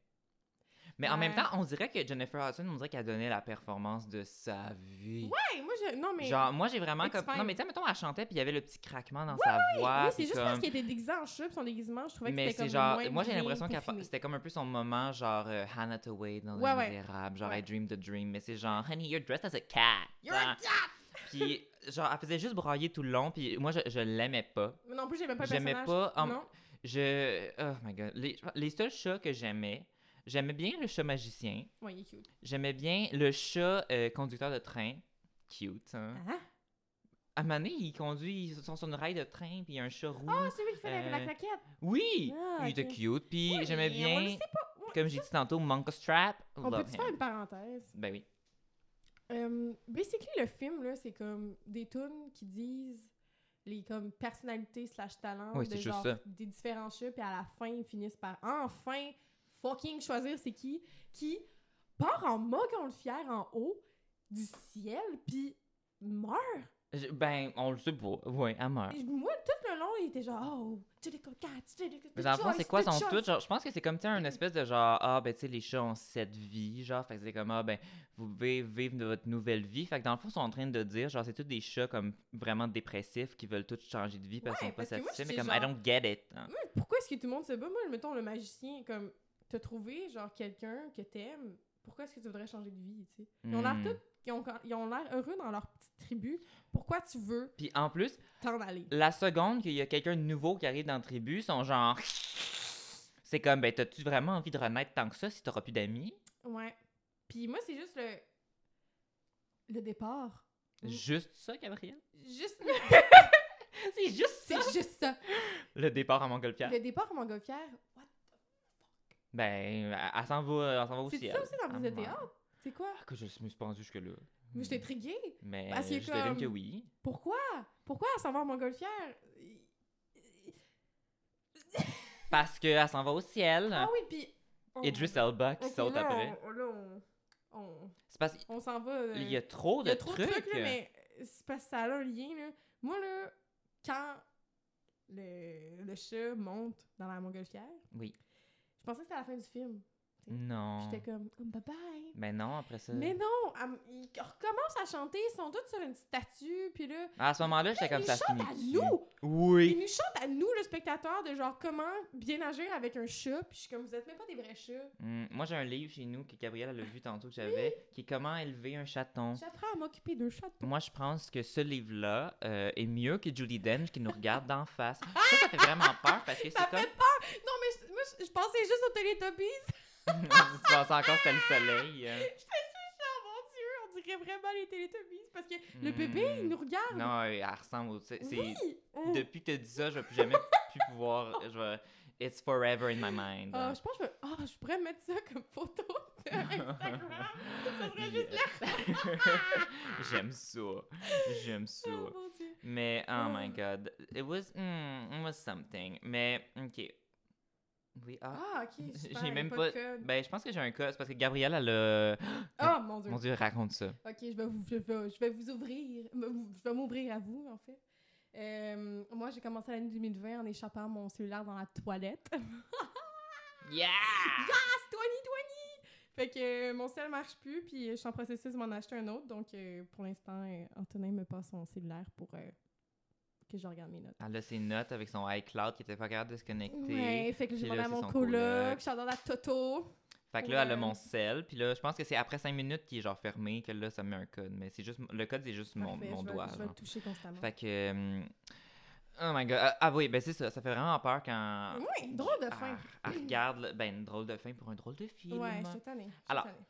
Speaker 1: Mais en même
Speaker 2: Ouais.
Speaker 1: temps, on dirait que Jennifer Hudson, on dirait qu'elle donnait la performance de sa vie.
Speaker 2: Hey, moi, je. Non, mais.
Speaker 1: Genre, moi, j'ai vraiment
Speaker 2: It's
Speaker 1: comme. Non,
Speaker 2: fine.
Speaker 1: mais tu sais, mettons, elle chantait, puis il y avait le petit craquement dans sa voix.
Speaker 2: oui, c'est
Speaker 1: puis
Speaker 2: juste
Speaker 1: comme-
Speaker 2: parce qu'il était déguisé en chat, puis son déguisement, je trouvais que
Speaker 1: Mais
Speaker 2: c'était
Speaker 1: c'est
Speaker 2: comme.
Speaker 1: genre.
Speaker 2: moins
Speaker 1: Moi, j'ai
Speaker 2: bien
Speaker 1: l'impression qu'elle.
Speaker 2: peaufiné.
Speaker 1: C'était comme un peu son moment, genre euh, Hannah Taway dans
Speaker 2: Ouais,
Speaker 1: Les
Speaker 2: ouais.
Speaker 1: Misérables. Genre,
Speaker 2: Ouais.
Speaker 1: I dreamed a dream. Mais c'est genre, honey, you're dressed as a cat.
Speaker 2: You're a
Speaker 1: Hein? <laughs> Puis genre, elle faisait juste brailler tout le long, puis moi, je, je l'aimais pas.
Speaker 2: Mais non plus, j'aimais pas le
Speaker 1: J'aimais
Speaker 2: personnage.
Speaker 1: pas, um, en-
Speaker 2: Non.
Speaker 1: Je. Oh my god. Les, les seuls chats que j'aimais, j'aimais bien le chat magicien,
Speaker 2: Ouais, il est cute.
Speaker 1: j'aimais bien le chat euh, conducteur de train. Cute, hein.
Speaker 2: Ah,
Speaker 1: À un moment donné, il conduit, ils sont sur une rail de train, puis il y a un chat roux.
Speaker 2: Ah, c'est lui qui fait la- la,
Speaker 1: Euh,
Speaker 2: claquette.
Speaker 1: oui!
Speaker 2: Ah,
Speaker 1: il était
Speaker 2: ok.
Speaker 1: cute, puis
Speaker 2: Oui,
Speaker 1: j'aimais
Speaker 2: mais on le
Speaker 1: bien,
Speaker 2: sait pas. Ouais,
Speaker 1: comme j'ai dit tantôt, Monka Strap.
Speaker 2: On
Speaker 1: love
Speaker 2: peut-tu faire
Speaker 1: him.
Speaker 2: une parenthèse?
Speaker 1: Ben oui.
Speaker 2: Euh, basically, le film, là, c'est comme des tunes qui disent les comme personnalités slash talents
Speaker 1: Oui,
Speaker 2: de
Speaker 1: c'est juste
Speaker 2: genre
Speaker 1: ça.
Speaker 2: des différents chats, puis à la fin, ils finissent par enfin fucking choisir c'est qui, qui part en mogant le fier en haut du ciel, puis meurt.
Speaker 1: Je- ben, on le sait pas. Oui, elle meurt.
Speaker 2: Et moi, tout le long, il était genre « Oh, tu les coquettes, tu les
Speaker 1: Mais dans le fond, c'est quoi son tout? Genre, je pense que c'est comme, tu sais, un
Speaker 2: Mm-hmm.
Speaker 1: espèce de genre, ah, ben, tu sais, les chats ont cette vie, genre, fait que c'est comme, ah, ben, vous pouvez vivre de votre nouvelle vie. Fait que dans le fond, ils sont en train de dire, genre, c'est tous des chats comme vraiment dépressifs qui veulent tous changer de vie parce qu'ils
Speaker 2: Ouais,
Speaker 1: sont pas
Speaker 2: parce que moi,
Speaker 1: satisfaits, mais
Speaker 2: j'étais
Speaker 1: comme, I
Speaker 2: genre-
Speaker 1: don't get it. hein.
Speaker 2: Pourquoi est-ce que tout le monde se bat? Moi, mettons, le magicien, comme, t'as trouvé, genre, quelqu'un que t'aimes, pourquoi est-ce que tu voudrais changer de vie, tu sais? Ils ont l'air
Speaker 1: Hmm.
Speaker 2: tous- ils ont, ils ont l'air heureux dans leur petite tribu. Pourquoi tu veux
Speaker 1: Puis en plus,
Speaker 2: t'en aller?
Speaker 1: la seconde qu'il y a quelqu'un de nouveau qui arrive dans la tribu, ils sont genre. C'est comme, ben, t'as-tu vraiment envie de renaître tant que ça si t'auras plus d'amis?
Speaker 2: Ouais. Puis moi, c'est juste le... Le départ. Mm.
Speaker 1: Juste ça, Gabriel?
Speaker 2: Juste...
Speaker 1: C'est juste ça!
Speaker 2: <laughs> c'est juste ça.
Speaker 1: Le départ à Montgolfière.
Speaker 2: Le départ à Montgolfière, what?
Speaker 1: Ben, elle elle s'en va, elle s'en va au
Speaker 2: C'est
Speaker 1: ciel. Ah,
Speaker 2: ça aussi dans
Speaker 1: Elle
Speaker 2: le musée de
Speaker 1: meurt.
Speaker 2: théâtre? C'est quoi?
Speaker 1: Ah, que je me suis pendu jusque-là.
Speaker 2: Moi, j'étais intriguée.
Speaker 1: Mais
Speaker 2: Parce que
Speaker 1: je devine
Speaker 2: comme-
Speaker 1: que oui.
Speaker 2: Pourquoi? Pourquoi elle s'en va à Montgolfière?
Speaker 1: Parce qu'elle s'en va au ciel.
Speaker 2: Ah oui, puis... on-
Speaker 1: Idris Elba qui
Speaker 2: Ok,
Speaker 1: saute
Speaker 2: là,
Speaker 1: après.
Speaker 2: on- là, on- on...
Speaker 1: C'est parce qu'il
Speaker 2: on s'en va. euh,
Speaker 1: y a trop
Speaker 2: il
Speaker 1: de
Speaker 2: y a trop
Speaker 1: trucs.
Speaker 2: de trucs, là, mais c'est parce que ça a un lien. Là. Moi, là, quand le, le chat monte dans la montgolfière,
Speaker 1: Oui.
Speaker 2: je pensais que c'était à la fin du film. Puis
Speaker 1: Non.
Speaker 2: J'étais comme, oh, bye bye.
Speaker 1: Mais non, après ça.
Speaker 2: Mais non, elle- ils recommencent à chanter, ils sont tous sur une statue, puis là,
Speaker 1: À ce moment-là, j'étais
Speaker 2: ils
Speaker 1: comme
Speaker 2: nous
Speaker 1: ça. se
Speaker 2: chantent à
Speaker 1: finit-tu?
Speaker 2: nous! Ils
Speaker 1: Oui.
Speaker 2: nous chantent à nous, le spectateur, de genre comment bien agir avec un chat, puis je suis comme, vous êtes même pas des vrais chats.
Speaker 1: Hum, moi, j'ai un livre chez nous que Gabrielle elle a vu tantôt que j'avais, qui est Comment élever un chaton.
Speaker 2: J'apprends à m'occuper d'un chat.
Speaker 1: Moi, je pense que ce livre-là euh, est mieux que Julie Dench qui nous regarde d'en face. Ça, ça fait vraiment peur parce que
Speaker 2: Ah! Ça
Speaker 1: c'est
Speaker 2: fait
Speaker 1: comme.
Speaker 2: peur! Non, mais je- moi, je, je pensais juste aux Teletubbies.
Speaker 1: <laughs> tu penses encore que c'était le soleil. euh.
Speaker 2: Oh mon dieu, on dirait vraiment les Teletubbies parce que le
Speaker 1: Mm.
Speaker 2: bébé, il nous regarde.
Speaker 1: Non, elle ressemble au. c'est- c'est-
Speaker 2: oui. Oh.
Speaker 1: Depuis que t'as dit ça, je vais plus jamais plus pouvoir. Je vais... It's forever in my mind. hein.
Speaker 2: Ah, je pense que je, vais- ah, je pourrais mettre ça comme photo
Speaker 1: <laughs>
Speaker 2: sur Instagram. ça serait juste là.
Speaker 1: <laughs> J'aime ça. J'aime ça.
Speaker 2: Oh mon dieu.
Speaker 1: Mais oh my
Speaker 2: Oh.
Speaker 1: god, it was mm, it was something. Mais ok. Oui, ah.
Speaker 2: Ah, ok. super,
Speaker 1: J'ai même
Speaker 2: pas.
Speaker 1: pas.
Speaker 2: de code.
Speaker 1: Ben, je pense que j'ai un cas. C'est parce que Gabrielle, elle a. <gasps>
Speaker 2: Ah, mon dieu.
Speaker 1: Ben, Mon dieu, raconte ça.
Speaker 2: Ok, je vais vous, je vais, je vais vous ouvrir. Je vais m'ouvrir à vous, en fait. Euh, moi, j'ai commencé l'année 2020 en échappant mon cellulaire dans la toilette.
Speaker 1: Yeah!
Speaker 2: Yes, 2020! Fait que euh, mon sel marche plus, puis euh, je suis en processus de m'en acheter un autre. Donc, euh, pour l'instant, euh, Antonin me passe son cellulaire pour euh, que je regarde mes notes.
Speaker 1: Elle a ses notes avec son iCloud qui était pas capable de se connecter.
Speaker 2: Ouais, fait que j'ai
Speaker 1: puis
Speaker 2: demandé
Speaker 1: là,
Speaker 2: à
Speaker 1: c'est
Speaker 2: mon
Speaker 1: son
Speaker 2: coloc,
Speaker 1: coloc.
Speaker 2: je suis à Toto.
Speaker 1: Fait que là, elle a
Speaker 2: Ouais.
Speaker 1: mon sel, puis là, je pense que c'est après 5 minutes qui est genre fermé que là, ça met un code. Mais c'est juste, le code, c'est juste mon,
Speaker 2: Parfait,
Speaker 1: mon
Speaker 2: je vais-
Speaker 1: doigt.
Speaker 2: Je vais le
Speaker 1: genre.
Speaker 2: toucher constamment.
Speaker 1: Fait que. hum, Oh my god. Ah, ah oui, ben c'est ça, ça fait vraiment peur quand.
Speaker 2: Oui, drôle de
Speaker 1: Ah,
Speaker 2: fin.
Speaker 1: elle regarde, le- ben une drôle de fin pour un drôle de film.
Speaker 2: ouais, je suis tannée. je suis
Speaker 1: Alors,
Speaker 2: tannée.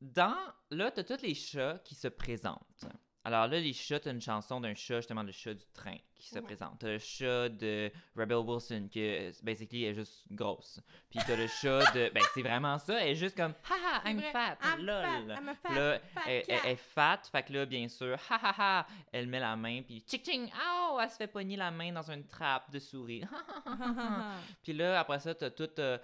Speaker 1: Dans, là, t'as tous les chats qui se présentent. Alors là, les chats, t'as une chanson d'un chat, justement, le chat du train qui se
Speaker 2: Ouais.
Speaker 1: présente. T'as le chat de Rebel Wilson, qui, euh, basically, est juste grosse. Puis t'as le chat de... Ben, c'est vraiment ça, elle est juste comme « Haha,
Speaker 2: C'est
Speaker 1: I'm
Speaker 2: vrai,
Speaker 1: fat,
Speaker 2: I'm
Speaker 1: lol!
Speaker 2: fat, I'm a fat,
Speaker 1: Là,
Speaker 2: fat
Speaker 1: elle,
Speaker 2: cat.
Speaker 1: elle est fat, fait que là, bien sûr, ha ha ha, elle met la main, puis tching tching, oh, elle se fait pogner la main dans une trappe de souris. <laughs> puis là, après ça, t'as tout euh,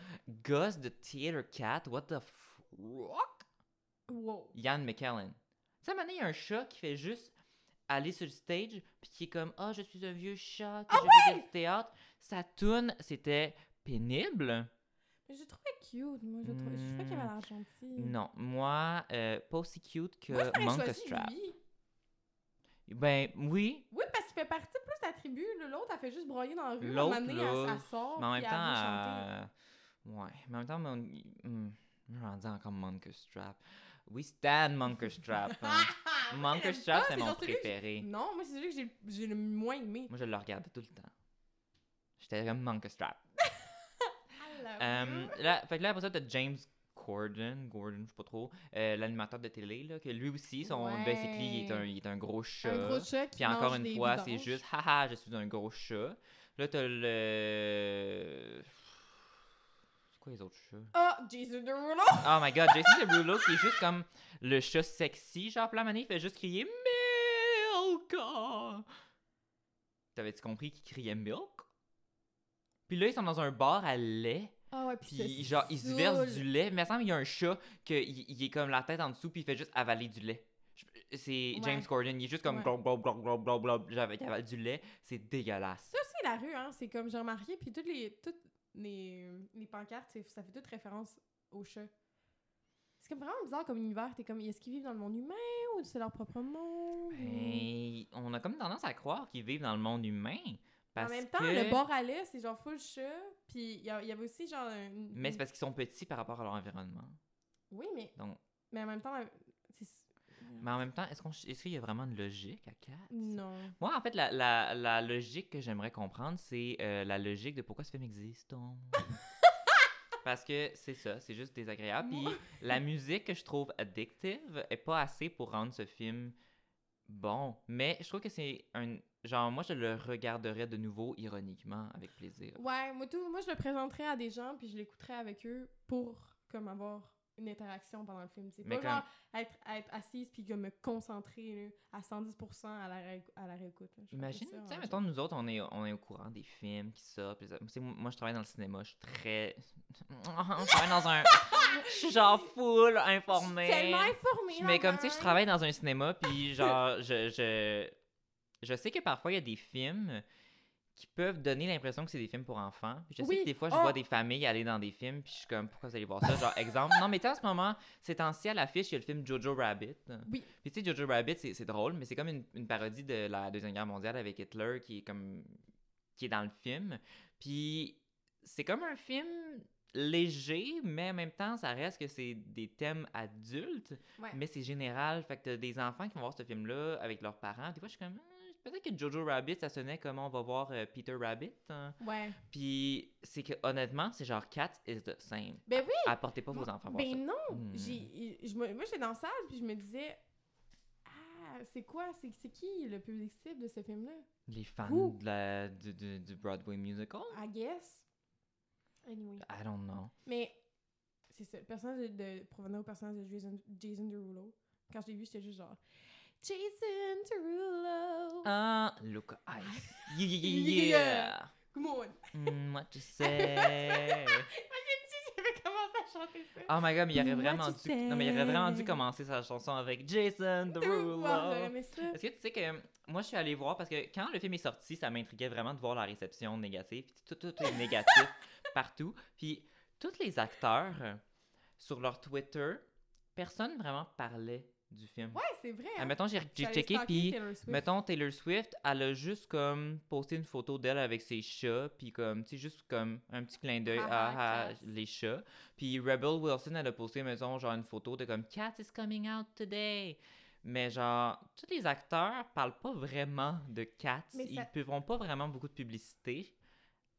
Speaker 1: gosse de Theater Cat, what the fuck?
Speaker 2: <laughs> wow.
Speaker 1: Yann McKellen. Ça m'a il y a un chat qui fait juste aller sur le stage, puis qui est comme Ah, je suis un vieux chat, que
Speaker 2: Ah
Speaker 1: je faisais du théâtre. Sa toune, c'était pénible.
Speaker 2: Mais je le trouvais cute, moi. Je, le trouvais, je trouvais qu'il avait l'air gentil.
Speaker 1: Hmm. Non, moi, euh, pas aussi cute
Speaker 2: Mm. Moi, je
Speaker 1: que
Speaker 2: t'aurais
Speaker 1: Monk
Speaker 2: choisi
Speaker 1: Strap.
Speaker 2: lui.
Speaker 1: Ben oui,
Speaker 2: Oui, parce qu'il fait partie plus de la tribu. là. L'autre, elle fait juste broyer dans la rue.
Speaker 1: L'autre,
Speaker 2: L'autre, elle,
Speaker 1: là,
Speaker 2: elle sort,
Speaker 1: mais en même
Speaker 2: Oh, puis
Speaker 1: temps.
Speaker 2: elle vient chanter.
Speaker 1: euh, Ouais, mais en même temps, mon... hmm, je suis rendu encore Monk Strap. Oui, Stan Munkerstrap.
Speaker 2: <laughs>
Speaker 1: hein. Munkerstrap,
Speaker 2: Ah,
Speaker 1: c'est mon
Speaker 2: genre celui que j'ai-
Speaker 1: préféré.
Speaker 2: <laughs> Non, moi, c'est celui que j'ai- j'ai le moins aimé.
Speaker 1: Moi, je le regardais tout le temps. J'étais comme Munkerstrap. Euh,
Speaker 2: Ah, Alors,
Speaker 1: là, fait que là, après ça, t'as James Corden, Gordon, je sais pas trop, euh, l'animateur de télé, là, que lui aussi, son
Speaker 2: Ouais.
Speaker 1: basically, il est un, il est un gros chat.
Speaker 2: un gros chat qui
Speaker 1: Puis encore
Speaker 2: mange
Speaker 1: une
Speaker 2: des
Speaker 1: fois, c'est
Speaker 2: vidanges.
Speaker 1: juste, haha, je suis un gros chat. Là, t'as le. C'est quoi les autres chats?
Speaker 2: Ah, Jason Derulo!
Speaker 1: Oh my god, Jason Derulo qui est juste comme le chat sexy, genre, plein manie, il fait juste crier Milk! T'avais-tu compris qu'il criait Milk? Puis là, ils sont dans un bar à lait.
Speaker 2: Ah ouais, puis
Speaker 1: Puis
Speaker 2: c'est
Speaker 1: genre, il se verse du lait. Mais il me semble qu'il y a un chat qui il est comme la tête en dessous, puis il fait juste avaler du lait. Je- C'est
Speaker 2: Ouais.
Speaker 1: James Corden, il est juste comme
Speaker 2: Ouais.
Speaker 1: glob, glob, glob, glob, glob, glob, j'avais- il avale du lait. C'est dégueulasse.
Speaker 2: Ça aussi, la rue, hein, c'est comme j'ai remarqué, puis toutes les, toutes les, les pancartes, c'est- ça fait toute référence au chat. C'est comme vraiment bizarre comme univers. T'es comme, est-ce qu'ils vivent dans le monde humain ou c'est leur propre monde? ou-
Speaker 1: Ben, on a comme tendance à croire qu'ils vivent dans le monde humain.
Speaker 2: En
Speaker 1: Parce
Speaker 2: même temps,
Speaker 1: que-
Speaker 2: le bord à lait, c'est genre full chat, puis il y, a- il y avait aussi genre un. une-
Speaker 1: Mais c'est
Speaker 2: une-
Speaker 1: parce qu'ils sont petits par rapport à leur environnement.
Speaker 2: Oui, mais.
Speaker 1: Donc- Ah,
Speaker 2: Mais en même temps, c'est-
Speaker 1: Mais en même temps, est-ce qu'on- est-ce qu'il y a vraiment une logique à Cats?
Speaker 2: non.
Speaker 1: Moi, en fait, la, la- la logique que j'aimerais comprendre, c'est euh, la logique de pourquoi ce film existe.
Speaker 2: <laughs>
Speaker 1: donc. Parce que c'est ça, c'est juste désagréable. Puis
Speaker 2: Moi-
Speaker 1: la musique que je trouve addictive est pas assez pour rendre ce film bon. Mais je trouve que c'est un. Genre, moi, je le regarderais de nouveau ironiquement, avec plaisir.
Speaker 2: Ouais, moi, tout, moi je le présenterais à des gens puis je l'écouterais avec eux pour comme avoir une interaction pendant le film. C'est pas
Speaker 1: Mais comme-
Speaker 2: genre être, être assise puis comme me concentrer là, à 110% à la, ré- à la réécoute. là. Je ferais
Speaker 1: Imagine,
Speaker 2: ça,
Speaker 1: tu
Speaker 2: hein, en
Speaker 1: sais,
Speaker 2: genre.
Speaker 1: mettons, nous autres, on est, on est au courant des films qui sortent. puis ça- tu sais, moi, je travaille dans le cinéma, je suis très. <laughs> je travaille dans un. Je suis genre full informée.
Speaker 2: Tellement hein, informée.
Speaker 1: Je- Mais comme tu sais, je
Speaker 2: là-dedans.
Speaker 1: travaille dans un cinéma, puis genre, je, je, je sais que parfois, il y a des films qui peuvent donner l'impression que c'est des films pour enfants. Puis je sais
Speaker 2: Oui.
Speaker 1: que des fois, je
Speaker 2: Oh.
Speaker 1: vois des familles aller dans des films, puis je suis comme, pourquoi vous allez voir ça? Genre, exemple. Non, mais tu sais, en ce moment, ces temps-ci, à l'affiche, il y a le film Jojo Rabbit.
Speaker 2: Oui.
Speaker 1: Puis tu sais, Jojo Rabbit, c'est c'est drôle, mais c'est comme une, une parodie de la Deuxième Guerre mondiale avec Hitler qui est comme. qui est dans le film. Puis c'est comme un film léger, mais en même temps, ça reste que c'est des thèmes adultes,
Speaker 2: Ouais.
Speaker 1: mais c'est général. Fait que t'as des enfants qui vont voir ce film-là avec leurs parents. Des fois, je suis comme. Ah, Peut-être que Jojo Rabbit, ça sonnait comme on va voir euh, Peter Rabbit. hein.
Speaker 2: Ouais.
Speaker 1: Puis c'est que honnêtement, c'est genre Cats is the same.
Speaker 2: Ben oui!
Speaker 1: Apportez pas vos enfants voir ça.
Speaker 2: Ben non!
Speaker 1: Hmm.
Speaker 2: J'ai- je me- moi, j'étais dans la salle puis je me disais, ah, c'est quoi? C'est c'est qui le public cible de ce film-là?
Speaker 1: Les fans
Speaker 2: Who?
Speaker 1: de la- du, du- du Broadway musical?
Speaker 2: I guess. Anyway.
Speaker 1: I don't know.
Speaker 2: Mais c'est ça, le personnage de, de pour revenir au personnage de Jason, Jason Derulo. Quand je l'ai vu, j'étais juste genre Jason Derulo.
Speaker 1: Ah, Luca
Speaker 2: <laughs>
Speaker 1: Ice. Yeah, yeah, yeah, yeah.
Speaker 2: Yeah. Come on. <laughs>
Speaker 1: Mm, what you say?
Speaker 2: Si j'avais commencé à chanter ça.
Speaker 1: Oh my god, mais il aurait
Speaker 2: <laughs> What
Speaker 1: vraiment
Speaker 2: you
Speaker 1: dû... Non, mais il aurait vraiment dû
Speaker 2: say?
Speaker 1: commencer sa chanson avec Jason
Speaker 2: Derulo. J'aurais
Speaker 1: Derulo.
Speaker 2: aimé ça.
Speaker 1: Est-ce que tu sais que... euh, Moi, je suis allée voir, parce que quand le film est sorti, ça m'intriguait vraiment de voir la réception négative. Puis tout, tout est
Speaker 2: <laughs>
Speaker 1: négatif partout. Puis tous les acteurs, euh, sur leur Twitter, personne vraiment parlait du film.
Speaker 2: Ouais, c'est vrai.
Speaker 1: Ah,
Speaker 2: hein.
Speaker 1: mettons, j'ai j'ai
Speaker 2: J'allais
Speaker 1: checké,
Speaker 2: stalker
Speaker 1: puis...
Speaker 2: Taylor Swift.
Speaker 1: Mettons, Taylor Swift, elle a juste comme posté une photo d'elle avec ses chats, puis comme, tu sais, juste comme un petit clin d'œil
Speaker 2: Ah,
Speaker 1: à
Speaker 2: ah,
Speaker 1: à
Speaker 2: classe.
Speaker 1: les chats. Puis Rebel Wilson, elle a posté, mettons, genre une photo de comme Cat is coming out today. Mais genre, tous les acteurs parlent pas vraiment de Cats.
Speaker 2: Mais
Speaker 1: Ils
Speaker 2: ça-
Speaker 1: ne font pas vraiment beaucoup de publicité,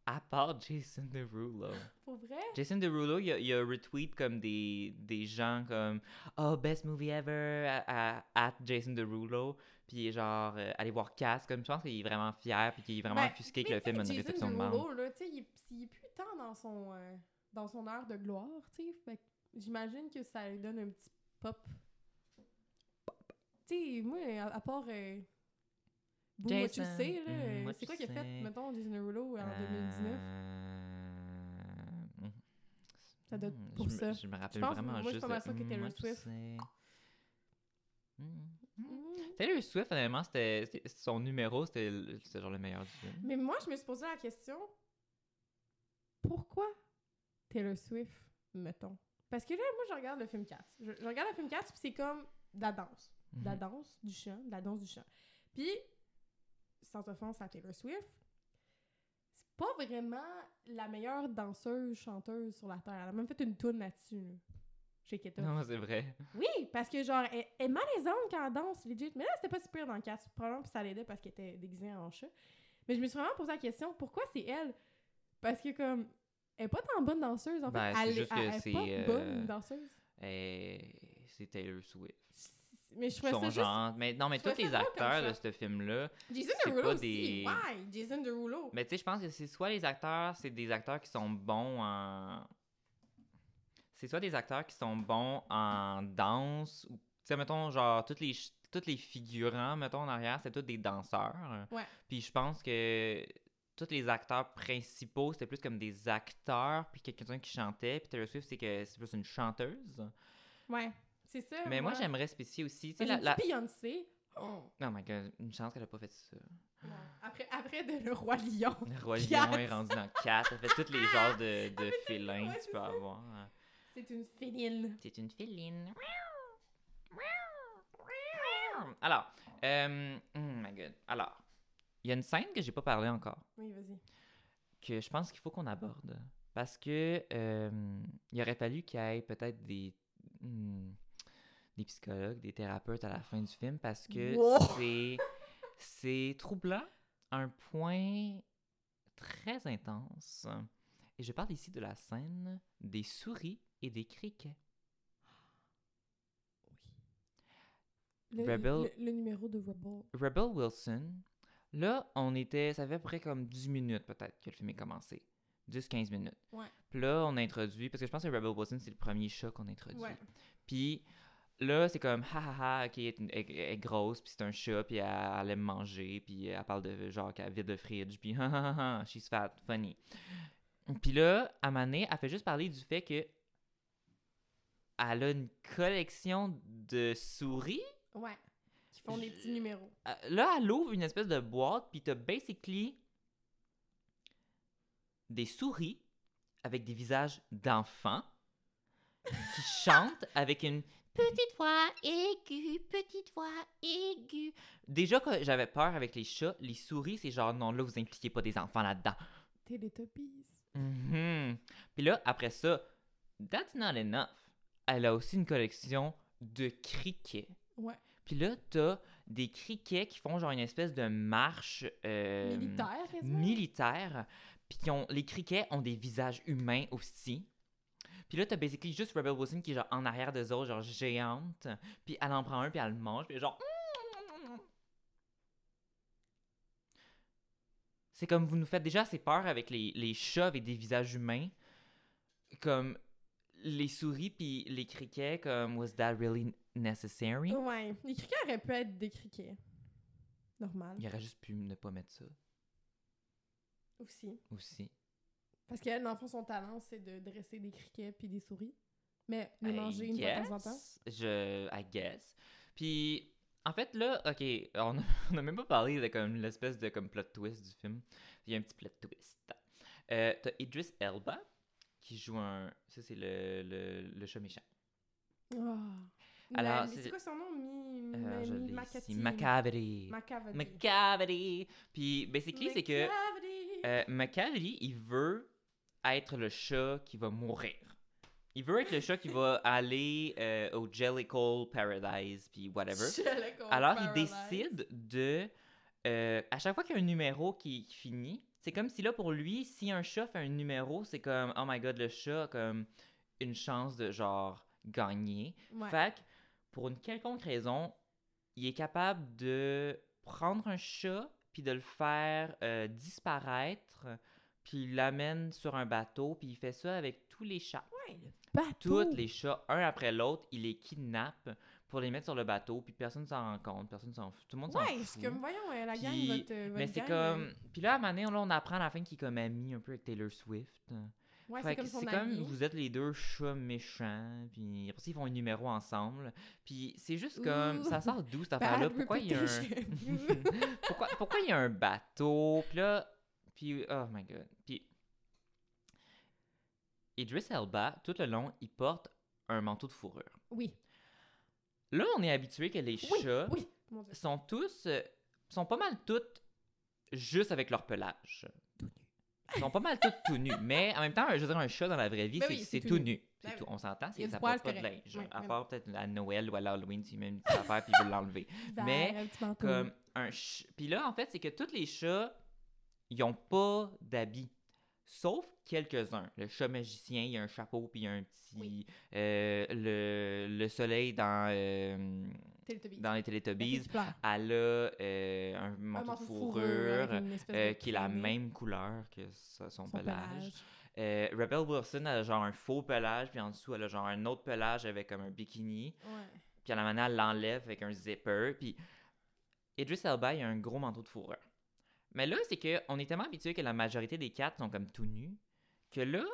Speaker 1: à part Jason Derulo.
Speaker 2: Pour vrai.
Speaker 1: Jason Derulo, il a, il a retweet comme des, des gens comme Oh, best movie ever à, à- at Jason Derulo. Puis genre, euh, allez voir Cass. Comme je pense qu'il est vraiment fier puis qu'il est vraiment
Speaker 2: Ben,
Speaker 1: offusqué que
Speaker 2: Mais
Speaker 1: le film a
Speaker 2: tu
Speaker 1: une
Speaker 2: sais,
Speaker 1: réception de
Speaker 2: Jason
Speaker 1: merde.
Speaker 2: Derulo, là, tu sais, il, est- il est plus tant dans son, euh, dans son heure de gloire, tu sais. Fait que j'imagine que ça lui donne un petit pop. Tu sais, moi, à, à part. Euh, Boo, what you
Speaker 1: Jason,
Speaker 2: say,
Speaker 1: mm,
Speaker 2: là, euh,
Speaker 1: what
Speaker 2: c'est
Speaker 1: you
Speaker 2: quoi qu'il
Speaker 1: say.
Speaker 2: a fait, mettons, Jason Derulo euh, en 2019?
Speaker 1: Euh,
Speaker 2: Ça doit être
Speaker 1: hmm,
Speaker 2: pour
Speaker 1: je me-
Speaker 2: ça.
Speaker 1: Je me rappelle
Speaker 2: pense-
Speaker 1: vraiment
Speaker 2: moi, je suis
Speaker 1: juste.
Speaker 2: pas
Speaker 1: de,
Speaker 2: mal sûre que
Speaker 1: hmm,
Speaker 2: Taylor
Speaker 1: what you
Speaker 2: Swift.
Speaker 1: say. Hmm.
Speaker 2: Mm.
Speaker 1: Taylor Swift, honnêtement, c'était c'était- son numéro, c'était le- c'était genre le meilleur du film.
Speaker 2: Mais moi, je me suis posé la question pourquoi Taylor Swift, mettons? Parce que là, moi, je regarde le film 4. Je, je regarde le film 4, puis c'est comme de la danse. de la
Speaker 1: Mhm.
Speaker 2: danse, du chant, de la danse, du chant. Puis, sans offense à Taylor Swift, c'est pas vraiment la meilleure danseuse, chanteuse sur la Terre. Elle a même fait une tourne là-dessus. là. chez Keta.
Speaker 1: <laughs> Non, c'est vrai.
Speaker 2: Oui, parce que genre, elle, elle est malaisante quand elle danse, legit. Mais là, c'était pas si pire dans le cas. Probablement, puis ça l'aidait parce qu'elle était déguisée en chat. Mais je me suis vraiment posé la question, pourquoi c'est elle? Parce que comme, elle est pas tant bonne danseuse, en fait.
Speaker 1: Ben, c'est
Speaker 2: elle,
Speaker 1: juste
Speaker 2: elle-
Speaker 1: que
Speaker 2: elle
Speaker 1: c'est,
Speaker 2: est pas
Speaker 1: euh,
Speaker 2: bonne danseuse.
Speaker 1: Et c'est Taylor Swift.
Speaker 2: Mais je trouvais
Speaker 1: Son
Speaker 2: ça juste...
Speaker 1: genre. Mais, non, mais
Speaker 2: je
Speaker 1: tous
Speaker 2: trouvais
Speaker 1: les
Speaker 2: ça drôle comme
Speaker 1: acteurs de
Speaker 2: ça.
Speaker 1: ce film-là.
Speaker 2: Jason
Speaker 1: c'est
Speaker 2: Derulo
Speaker 1: pas
Speaker 2: aussi,
Speaker 1: des-
Speaker 2: why? Jason Derulo.
Speaker 1: Mais tu sais, je pense que c'est soit les acteurs, c'est des acteurs qui sont bons en. C'est soit des acteurs qui sont bons en danse ou. Tu sais, mettons, genre, toutes les, ch- toutes les figurants, mettons, en arrière, c'est tous des danseurs.
Speaker 2: Ouais.
Speaker 1: Puis je pense que tous les acteurs principaux, c'était plus comme des acteurs, puis quelqu'un qui chantait. Puis Taylor Swift, c'est que c'est plus une chanteuse.
Speaker 2: Ouais, c'est ça.
Speaker 1: Mais moi,
Speaker 2: Euh, ouais.
Speaker 1: j'aimerais spécifier aussi. Tu sais,
Speaker 2: J'ai
Speaker 1: la,
Speaker 2: dit
Speaker 1: la-
Speaker 2: Beyoncé. Oh.
Speaker 1: Oh my god, une chance qu'elle a pas fait ça.
Speaker 2: Non. Ah. Après, après de Le Roi Lion.
Speaker 1: Le <laughs> roi
Speaker 2: Cat.
Speaker 1: lion est rendu dans 4. Elle fait tous les <laughs> genres de, de félins
Speaker 2: ouais,
Speaker 1: que
Speaker 2: c'est
Speaker 1: tu peux
Speaker 2: ça.
Speaker 1: avoir.
Speaker 2: <laughs>
Speaker 1: hein.
Speaker 2: C'est une féline.
Speaker 1: C'est une féline. Alors, euh, oh my god. Alors, il y a une scène que j'ai pas parlé encore
Speaker 2: Oui, vas-y.
Speaker 1: que je pense qu'il faut qu'on aborde. Parce que euh, il aurait fallu qu'il y ait peut-être des, hmm, des psychologues, des thérapeutes à la fin du film parce que
Speaker 2: Wow!
Speaker 1: c'est, c'est troublant à un point très intense. Et je parle ici de la scène des souris et des criquets.
Speaker 2: Le,
Speaker 1: Rebel.
Speaker 2: le- le numéro de Rebel.
Speaker 1: Rebel Wilson, là, on était, ça fait à peu près comme 10 minutes peut-être que le film est commencé. 10-15 minutes.
Speaker 2: Ouais.
Speaker 1: Puis là, on introduit, parce que je pense que Rebel Wilson, c'est le premier chat qu'on introduit.
Speaker 2: Ouais.
Speaker 1: Puis là, c'est comme, ha ha ha, ok, elle est, une- elle- elle est grosse, puis c'est un chat, puis elle, elle aime manger, puis elle parle de genre qu'elle vide le fridge, puis <laughs> ha ha ha, ha, she's fat, funny. Puis là, à Mané, elle fait juste parler du fait que elle a une collection de souris
Speaker 2: Ouais. Qui font des
Speaker 1: Je-
Speaker 2: petits numéros.
Speaker 1: euh, là, elle ouvre une espèce de boîte, puis t'as basically des souris avec des visages d'enfants qui chantent avec une petite voix aiguë, petite voix aiguë. Déjà, quand j'avais peur avec les chats, les souris, c'est genre non, là, vous impliquez pas des enfants là-dedans.
Speaker 2: Télétopies.
Speaker 1: Mhm. Puis là, après ça, that's not enough. Elle a aussi une collection de criquets.
Speaker 2: Ouais.
Speaker 1: Puis là, t'as des criquets qui font genre une espèce de marche euh,
Speaker 2: Militaire, quasiment.
Speaker 1: militaire. Puis qui ont- les criquets ont des visages humains aussi. Puis là, t'as basically juste Rebel Wilson qui est genre en arrière d'eux autres, genre géante. Puis elle en prend un, puis elle le mange, puis genre... mmh! C'est comme vous nous faites déjà assez peur avec les, les chats avec des visages humains. Comme les souris puis les criquets, comme was that really necessary?
Speaker 2: Ouais. Les criquets auraient pu être des criquets. Normal.
Speaker 1: Il aurait juste pu ne pas mettre ça
Speaker 2: Aussi.
Speaker 1: aussi.
Speaker 2: Parce qu'elle, dans le fond, son talent, c'est de dresser des criquets puis des souris. Mais les
Speaker 1: I
Speaker 2: manger une fois de temps en temps.
Speaker 1: guess. Je, I guess. Puis, en fait, là, ok, on a- <laughs> on n'a même pas parlé de comme l'espèce de comme plot twist du film. Il y a un petit plot twist. Euh, T'as Idris Elba qui joue un. Ça, c'est le, le, le chat méchant.
Speaker 2: Ah.
Speaker 1: Alors,
Speaker 2: La-
Speaker 1: c'est-
Speaker 2: c'est quoi son nom? Mi...
Speaker 1: Euh, je
Speaker 2: mi-
Speaker 1: l'ai
Speaker 2: Macati-
Speaker 1: ici. Macavity.
Speaker 2: Macavity.
Speaker 1: Macavity. Puis, basically, c'est que
Speaker 2: Macavity. <laughs>
Speaker 1: euh, Macavity, il veut être le chat qui va mourir. Il veut être le chat qui va aller euh, au Jellicle Paradise, puis whatever.
Speaker 2: <laughs> Je le comprends,
Speaker 1: Alors, il
Speaker 2: Alex.
Speaker 1: décide de. euh, à chaque fois qu'il y a un numéro qui, qui finit, c'est comme si là, pour lui, si un chat fait un numéro, c'est comme, oh my god, le chat a comme une chance de genre gagner.
Speaker 2: Ouais.
Speaker 1: Fait que, pour une quelconque raison, il est capable de prendre un chat puis de le faire euh, disparaître, puis il l'amène sur un bateau, puis il fait ça avec tous les chats.
Speaker 2: Ouais, le bateau.
Speaker 1: Tous les chats, un après l'autre, il les kidnappe pour les mettre sur le bateau, puis personne s'en rend compte, personne s'en fout, tout le monde s'en
Speaker 2: Ouais,
Speaker 1: fout.
Speaker 2: je suis comme, voyons, euh, la gang,
Speaker 1: Puis-
Speaker 2: votre, euh, votre
Speaker 1: Mais c'est
Speaker 2: gang,
Speaker 1: comme...
Speaker 2: euh,
Speaker 1: Puis là, à un moment donné, là, on apprend à la fin qu'il est comme ami un peu avec Taylor Swift.
Speaker 2: Ouais,
Speaker 1: Fait
Speaker 2: c'est
Speaker 1: que
Speaker 2: comme son
Speaker 1: c'est comme,
Speaker 2: ami.
Speaker 1: vous êtes les deux chats méchants, puis après ça, ils font un numéro ensemble. Puis c'est juste comme,
Speaker 2: Ouh.
Speaker 1: ça sort d'où cette
Speaker 2: Bad
Speaker 1: affaire-là? Pourquoi il y a
Speaker 2: reputation.
Speaker 1: un... <laughs> pourquoi, pourquoi il y a un bateau? Puis là, puis oh my god. Puis Idris Elba, tout le long, il porte un manteau de fourrure.
Speaker 2: Oui.
Speaker 1: Là, on est habitué que les
Speaker 2: Oui,
Speaker 1: chats
Speaker 2: oui. Mon Dieu.
Speaker 1: sont tous, euh, sont pas mal toutes juste avec leur pelage. Ils sont pas mal toutes tout nus. Mais en même temps, je veux dire, un chat dans la vraie vie,
Speaker 2: Ben
Speaker 1: c'est
Speaker 2: oui,
Speaker 1: c'est tout nu. Puis
Speaker 2: Ben
Speaker 1: tout,
Speaker 2: oui.
Speaker 1: on s'entend,
Speaker 2: y a
Speaker 1: c'est
Speaker 2: du
Speaker 1: ça
Speaker 2: poil,
Speaker 1: porte pas
Speaker 2: c'est
Speaker 1: de
Speaker 2: correct.
Speaker 1: linge.
Speaker 2: Oui,
Speaker 1: à
Speaker 2: oui.
Speaker 1: part peut-être à Noël ou à l'Halloween, tu mets une petite affaire puis ils veulent
Speaker 2: <laughs>
Speaker 1: l'enlever. Mais,
Speaker 2: Vers un petit manteau.
Speaker 1: Comme un ch- Puis là, en fait, c'est que tous les chats, ils ont pas d'habits. Sauf quelques-uns. Le chat magicien, il a un chapeau puis il a un petit...
Speaker 2: Oui.
Speaker 1: euh, le, le soleil dans, euh,
Speaker 2: Teletubbies.
Speaker 1: dans les
Speaker 2: La fille
Speaker 1: Teletubbies.
Speaker 2: qui pleure.
Speaker 1: Elle a euh, un
Speaker 2: Un
Speaker 1: manteau,
Speaker 2: manteau
Speaker 1: de
Speaker 2: fourrure.
Speaker 1: fourrure,
Speaker 2: avec une espèce
Speaker 1: euh,
Speaker 2: de
Speaker 1: qui est la
Speaker 2: traînée.
Speaker 1: même couleur que sa- son,
Speaker 2: Son
Speaker 1: pelage. Euh, Rebel Wilson, elle a genre un faux pelage, puis en dessous, elle a genre un autre pelage avec comme un bikini.
Speaker 2: Ouais.
Speaker 1: Puis à la manière, elle l'enlève avec un zipper. Puis Idris Elba, il a un gros manteau de fourrure. Mais là, c'est qu'on est tellement habitué que la majorité des cats sont comme tout nus, que là,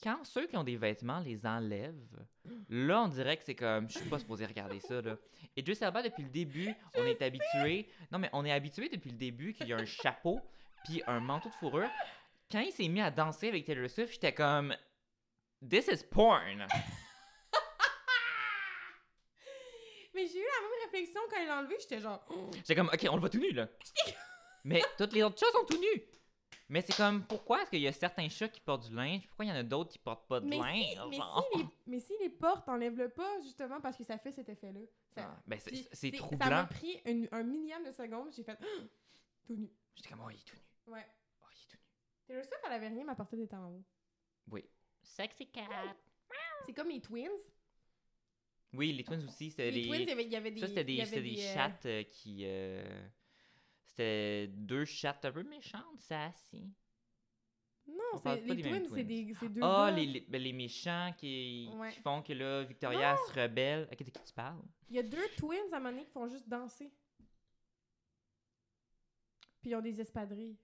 Speaker 1: quand ceux qui ont des vêtements les enlèvent, là, on dirait que c'est comme, je suis pas supposé regarder ça, là. Idris Elba, depuis le début, on est habitué. Non, mais on est habitué depuis le début qu'il y a un chapeau, puis un manteau de fourrure. Quand il s'est mis à danser avec Taylor Swift, j'étais comme, this is porn!
Speaker 2: Mais j'ai eu la même réflexion quand il l'a enlevé. J'étais genre. oh.
Speaker 1: J'étais comme, OK, on le voit tout nu,
Speaker 2: <laughs>
Speaker 1: là. Mais toutes les autres chats sont tout nus. Mais c'est comme, pourquoi est-ce qu'il y a certains chats qui portent du linge? Pourquoi il y en a d'autres qui portent pas de
Speaker 2: Mais
Speaker 1: linge?
Speaker 2: Mais
Speaker 1: Oh, genre?
Speaker 2: si, les, mais si les portes, enlève-le pas, justement, parce que ça fait cet effet-là. Ça-
Speaker 1: Ah, ben, c'est-
Speaker 2: Puis,
Speaker 1: c'est
Speaker 2: c'est- Ça m'a
Speaker 1: troublant.
Speaker 2: pris une- un millième de seconde, j'ai fait <gasps> Ah! tout nu.
Speaker 1: J'étais comme, oh, il est tout nu.
Speaker 2: Ouais.
Speaker 1: Oh, il est tout nu.
Speaker 2: Taylor Swift, elle avait rien, mais elle portait des talons hauts.
Speaker 1: Oui. Sexy cat.
Speaker 2: C'est comme les Twins.
Speaker 1: Oui, les twins aussi, c'était
Speaker 2: Les,
Speaker 1: des...
Speaker 2: Twins, il y avait, il y avait des.
Speaker 1: Ça, c'était
Speaker 2: il y
Speaker 1: des,
Speaker 2: avait
Speaker 1: c'était des
Speaker 2: euh,
Speaker 1: chattes euh, qui... euh, C'était deux chattes un peu méchantes, ça, assis. on
Speaker 2: Non,
Speaker 1: parle
Speaker 2: c'est
Speaker 1: pas
Speaker 2: les
Speaker 1: des mêmes
Speaker 2: Twins, c'est
Speaker 1: Twins.
Speaker 2: des c'est deux.
Speaker 1: Ah,
Speaker 2: gars.
Speaker 1: les, les, ben, les méchants qui,
Speaker 2: Ouais.
Speaker 1: qui font que là, Victoria se rebelle. Ok, de qui tu parles?
Speaker 2: Il y a deux Twins à un moment donné qui font juste danser. Puis ils ont des espadrilles.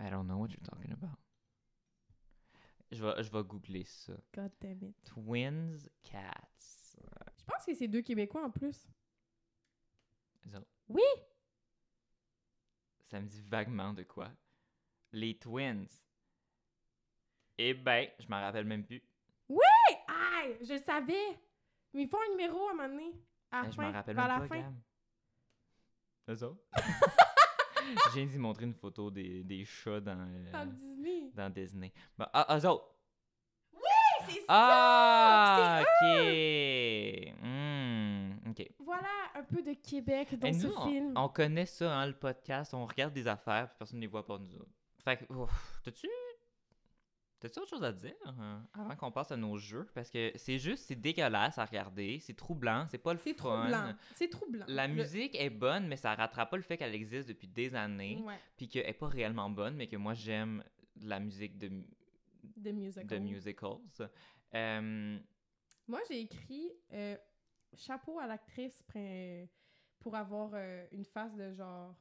Speaker 1: I don't know what you're talking about. Je vais, je vais googler ça.
Speaker 2: God damn it.
Speaker 1: Twins Cats.
Speaker 2: Je pense que c'est deux Québécois en plus.
Speaker 1: Ça-
Speaker 2: Oui!
Speaker 1: Ça me dit vaguement de quoi. Les Twins. Eh ben, je m'en rappelle même plus.
Speaker 2: Hey, aïe! Je le savais! Mais ils font un numéro à un moment donné. À la
Speaker 1: Eh, je
Speaker 2: fin,
Speaker 1: m'en rappelle
Speaker 2: vers
Speaker 1: même
Speaker 2: la
Speaker 1: pas,
Speaker 2: fin.
Speaker 1: Gab. Eux
Speaker 2: <laughs>
Speaker 1: autres? J'ai dit montrer une photo des, des chats dans, euh,
Speaker 2: Dans Disney.
Speaker 1: dans Disney. Bah, ah, eux autres!
Speaker 2: C'est
Speaker 1: Ah! Ok! Hmm, ok.
Speaker 2: Voilà un peu de Québec dans
Speaker 1: Et
Speaker 2: ce
Speaker 1: Eh, nous, on-
Speaker 2: film.
Speaker 1: On, connaît ça, hein, le podcast. On regarde des affaires, puis personne ne les voit pour nous autres. Fait que, ouf, t'as-tu. T'as-tu autre chose à dire hein, avant qu'on passe à nos jeux? Parce que c'est juste, c'est dégueulasse à regarder, c'est troublant, c'est pas le
Speaker 2: C'est
Speaker 1: fun.
Speaker 2: troublant. C'est troublant.
Speaker 1: La
Speaker 2: Le-
Speaker 1: musique est bonne, mais ça rattrape pas le fait qu'elle existe depuis des années,
Speaker 2: Ouais,
Speaker 1: puis qu'elle est pas réellement bonne, mais que moi j'aime la musique de,
Speaker 2: de musical.
Speaker 1: de musicals. Euh,
Speaker 2: Moi, j'ai écrit euh, chapeau à l'actrice prin- pour avoir euh, une face de genre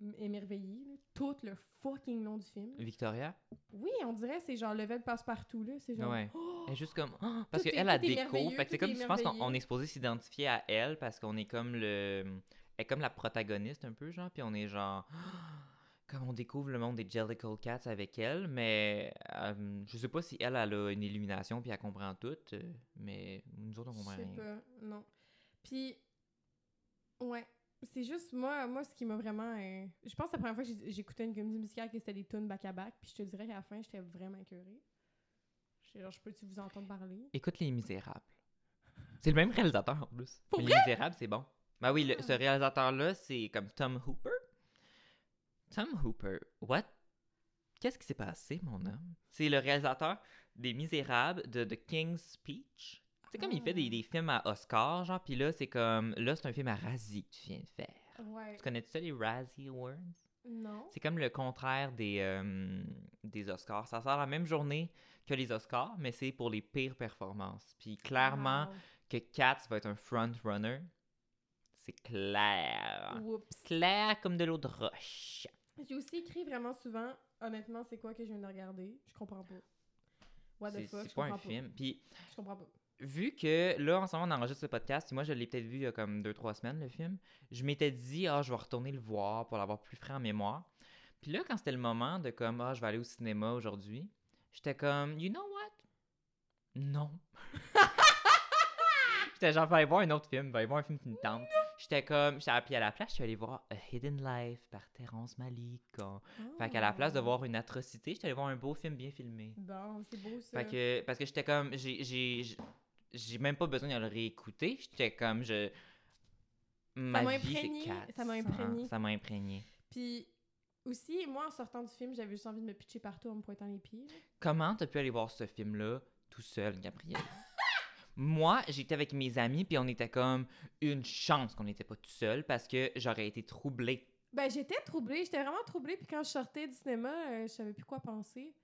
Speaker 2: m- émerveillée, là, tout le fucking long du film.
Speaker 1: Victoria,
Speaker 2: Oui, on dirait c'est genre level passe-partout, là. C'est genre.
Speaker 1: Ouais.
Speaker 2: Oh!
Speaker 1: Elle est juste comme. <gasps> Ah! parce
Speaker 2: Tout
Speaker 1: qu'elle,
Speaker 2: est-
Speaker 1: elle, elle
Speaker 2: tout est
Speaker 1: découvre.
Speaker 2: merveilleux,
Speaker 1: Fait que c'est
Speaker 2: tout
Speaker 1: comme.
Speaker 2: est
Speaker 1: Je pense qu'on on
Speaker 2: merveilleux.
Speaker 1: est supposé s'identifier à elle parce qu'on est comme le. Elle est comme la protagoniste un peu, genre. Puis on est genre. <gasps> Ah! Comme on découvre le monde des Jellicle Cats avec elle, mais euh, je sais pas si elle, elle a une illumination puis elle comprend tout, euh, mais nous autres, on
Speaker 2: Je
Speaker 1: comprend
Speaker 2: sais
Speaker 1: rien.
Speaker 2: pas, non. Puis, ouais, c'est juste, moi, moi ce qui m'a vraiment... euh, je pense que la première fois que j'ai- j'écoutais une comédie musicale, que c'était des tunes back-à-back, puis je te dirais qu'à la fin, j'étais vraiment curée. J'étais genre, je peux-tu vous entendre parler?
Speaker 1: Écoute Les Misérables. C'est le même réalisateur en plus.
Speaker 2: Pour
Speaker 1: Mais Les Misérables, c'est bon. Ben oui, le-
Speaker 2: Ah.
Speaker 1: ce réalisateur-là, c'est comme Tom Hooper. Tom Hooper, what? Qu'est-ce qui s'est passé, mon homme? C'est le réalisateur des Misérables de The King's Speech. C'est comme il fait des,
Speaker 2: Ah.
Speaker 1: des films à Oscar, genre, puis là, c'est comme. Là, c'est un film à Razzie que tu viens de faire.
Speaker 2: Ouais.
Speaker 1: Tu connais-tu ça, les Razzie Awards?
Speaker 2: Non.
Speaker 1: C'est comme le contraire des, euh, des Oscars. Ça sort la même journée que les Oscars, mais c'est pour les pires performances. Puis
Speaker 2: Ah.
Speaker 1: clairement que Cats va être un front-runner. C'est clair.
Speaker 2: Wow. Oups.
Speaker 1: Clair comme de l'eau de roche.
Speaker 2: J'ai aussi écrit vraiment souvent, honnêtement, c'est quoi que je viens de regarder? Je comprends pas. What the
Speaker 1: C'est
Speaker 2: fuck?
Speaker 1: c'est
Speaker 2: Je
Speaker 1: pas
Speaker 2: comprends
Speaker 1: un film. Puis
Speaker 2: Je comprends pas.
Speaker 1: vu que là, en ce moment, on enregistre ce podcast, et moi, je l'ai peut-être vu il y a comme deux, trois semaines, le film, je m'étais dit, ah, je vais retourner le voir pour l'avoir plus frais en mémoire. Puis là, quand c'était le moment de comme, ah, je vais aller au cinéma aujourd'hui, j'étais comme, you know what? <laughs> Non. j'étais genre, va aller voir un autre film, va aller voir un film qui me tente. J'étais comme, j'étais- puis à la place, je suis allée voir A Hidden Life par Terrence Malick. hein. Fait qu'à la place
Speaker 2: Oh.
Speaker 1: de voir une atrocité, j'étais allée voir un beau film bien filmé.
Speaker 2: Bon, c'est beau ça.
Speaker 1: Fait que, parce que j'étais comme, j'ai- j'ai j'- j'ai même pas besoin de le réécouter. J'étais comme, je. Ma
Speaker 2: m'a
Speaker 1: vie, c'est
Speaker 2: imprégné,
Speaker 1: Cats,
Speaker 2: ça m'a
Speaker 1: hein.
Speaker 2: imprégné.
Speaker 1: Ça m'a imprégné.
Speaker 2: Puis aussi, moi, en sortant du film, j'avais juste envie de me pitcher partout en me pointant les pieds.
Speaker 1: Comment t'as pu aller voir ce film-là tout seul, Gabriel? <laughs> Moi, j'étais avec mes amis, puis on était comme une chance qu'on n'était pas tout seul parce que j'aurais été troublée.
Speaker 2: Ben, j'étais troublée, j'étais vraiment troublée. Puis quand je sortais du cinéma, euh, je savais plus quoi penser.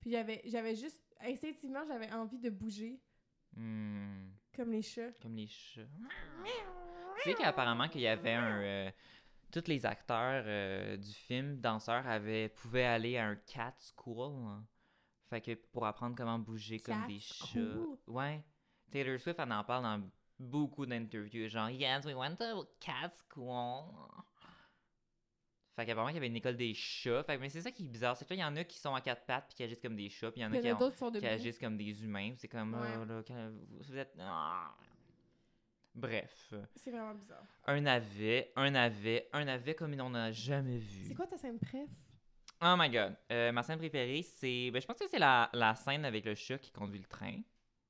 Speaker 2: Puis j'avais, j'avais juste, instinctivement, j'avais envie de bouger
Speaker 1: Hmm,
Speaker 2: comme les chats.
Speaker 1: comme les chats. Tu sais qu'apparemment qu'il y avait un. euh, tous les acteurs euh, du film, danseurs, avaient, pouvaient aller à un cat school. hein. Fait que pour apprendre comment bouger comme
Speaker 2: Cat
Speaker 1: des
Speaker 2: school?
Speaker 1: chats. Ouais. Taylor Swift, elle en parle dans beaucoup d'interviews. Genre, Yes, we went to cat school. Fait qu'apparemment, il y avait une école des chats. Fait que, mais c'est ça qui est bizarre. C'est que là, il y en a qui sont à quatre pattes puis qui agissent comme des chats. Puis il y en a
Speaker 2: Puis
Speaker 1: qui,
Speaker 2: les
Speaker 1: ont-
Speaker 2: d'autres sont
Speaker 1: qui
Speaker 2: debout.
Speaker 1: agissent comme des humains. C'est comme,
Speaker 2: Ouais.
Speaker 1: oh là, quand- vous vous êtes. Ah. Bref
Speaker 2: C'est vraiment bizarre.
Speaker 1: un avet, un avet, un avet comme il n'en a jamais
Speaker 2: C'est
Speaker 1: vu.
Speaker 2: quoi ta scène préf?
Speaker 1: Oh my god. Euh, ma scène préférée, c'est. Ben, je pense que c'est la, la scène avec le chat qui conduit le train.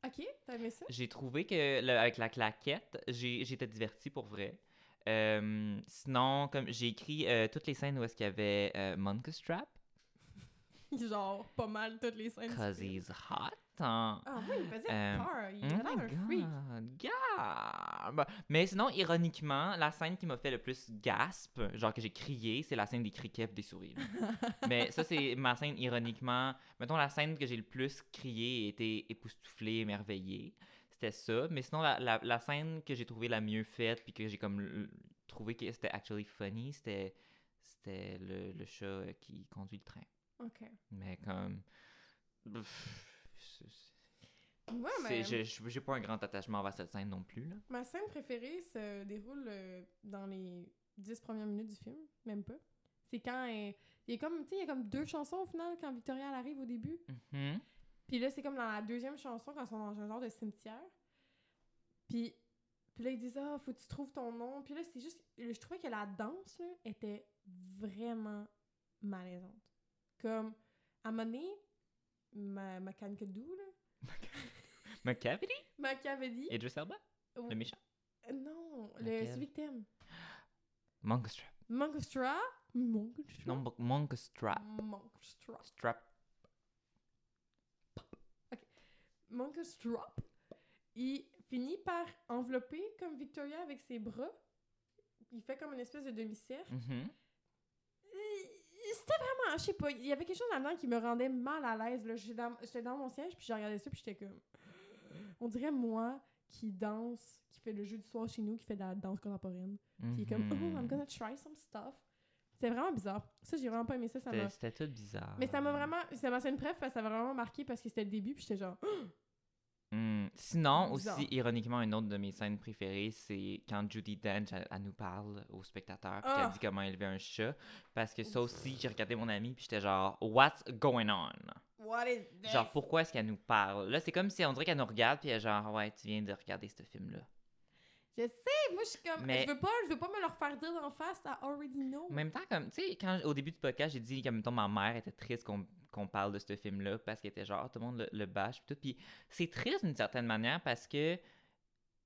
Speaker 2: Ok, t'as aimé ça?
Speaker 1: J'ai trouvé que le- avec la claquette, j'ai- j'étais divertie pour vrai. Euh, sinon, comme j'ai écrit euh, toutes les scènes où est-ce qu'il y avait euh, Monkus Trap,
Speaker 2: <laughs> Genre, pas mal toutes les scènes. du
Speaker 1: cause
Speaker 2: film.
Speaker 1: he's hot. hein.
Speaker 2: Ah, moi, il me faisait
Speaker 1: Euh,
Speaker 2: peur. Il
Speaker 1: Oh
Speaker 2: avait l'air
Speaker 1: my
Speaker 2: un freak.
Speaker 1: God, gab! Mais sinon, ironiquement, la scène qui m'a fait le plus gasp, genre que j'ai crié, c'est la scène des criquets pis des souris. là. Mais ça, c'est ma scène ironiquement. Mettons, la scène que j'ai le plus crié et été époustouflée, émerveillée, c'était ça. Mais sinon, la, la- la scène que j'ai trouvée la mieux faite puis que j'ai comme l- trouvé que c'était actually funny, c'était c'était le, le chat euh, qui conduit le train.
Speaker 2: Ok.
Speaker 1: Mais comme... pff, c'est-
Speaker 2: Moi,
Speaker 1: c'est-
Speaker 2: ma,
Speaker 1: je- je- J'ai pas un grand attachement vers cette scène non plus. Là.
Speaker 2: ma scène préférée se déroule euh, dans les 10 premières minutes du film, même pas. C'est quand elle- il y a comme, tu sais, il y a comme deux chansons au final quand Victoria elle arrive au début.
Speaker 1: Mhm.
Speaker 2: Puis là, c'est comme dans la deuxième chanson, quand ils sont dans un genre de cimetière. Puis, puis là, ils disent Ah, faut que tu trouves ton nom. Puis là, c'est juste. Je trouvais que la danse, là, était vraiment malaisante. Comme, à un moment donné, ma, ma cancadou, là.
Speaker 1: McCavity?
Speaker 2: Ma cavedi.
Speaker 1: Idris Elba? Le méchant?
Speaker 2: Non, le,
Speaker 1: Laquelle?
Speaker 2: celui que t'aimes.
Speaker 1: Monkstra.
Speaker 2: Monkstra. Monkstra.
Speaker 1: Non, Mon- Monkstra.
Speaker 2: Monkstra.
Speaker 1: Strap.
Speaker 2: Monkus Drop, il finit par envelopper comme Victoria avec ses bras. Il fait comme une espèce de demi-cercle.
Speaker 1: Mhm.
Speaker 2: Et- C'était vraiment, je sais pas, il y avait quelque chose là-dedans qui me rendait mal à l'aise. là. J'étais dans, j'étais dans mon siège, puis je regardais ça, puis j'étais comme... On dirait moi qui danse, qui fait le jeu du soir chez nous, qui fait de la danse contemporaine. Puis comme, oh, I'm
Speaker 1: Mhm.
Speaker 2: gonna try some stuff. C'était vraiment bizarre. Ça, j'ai vraiment pas aimé ça. ça m'a...
Speaker 1: C'était- C'était tout bizarre.
Speaker 2: Mais ça m'a vraiment... Ça m'a fait une preuve, parce que ça m'a vraiment marqué parce que c'était le début, puis j'étais genre...
Speaker 1: Mm. Sinon,
Speaker 2: Bizarre.
Speaker 1: aussi, ironiquement, une autre de mes scènes préférées, c'est quand Judy Dench, elle, elle nous parle aux spectateurs, puis
Speaker 2: Ah!
Speaker 1: qu'elle dit comment élever un chat. Parce que ça aussi, j'ai regardé mon ami, puis j'étais genre, What's going on?
Speaker 2: What is
Speaker 1: Genre, pourquoi est-ce qu'elle nous parle? Là, c'est comme si on dirait qu'elle nous regarde, puis elle est genre, Ouais, tu viens de regarder ce film-là.
Speaker 2: Je sais, moi je suis comme
Speaker 1: Mais-
Speaker 2: je veux pas, je veux pas me le refaire dire d'en face, I already know.
Speaker 1: En même temps, comme, tu sais, quand au début du podcast, j'ai dit que, mettons, ma mère était triste qu'on qu'on parle de ce film-là parce qu'elle était genre, Ah, tout le monde le, le bâche, pis tout. Puis c'est triste d'une certaine manière parce que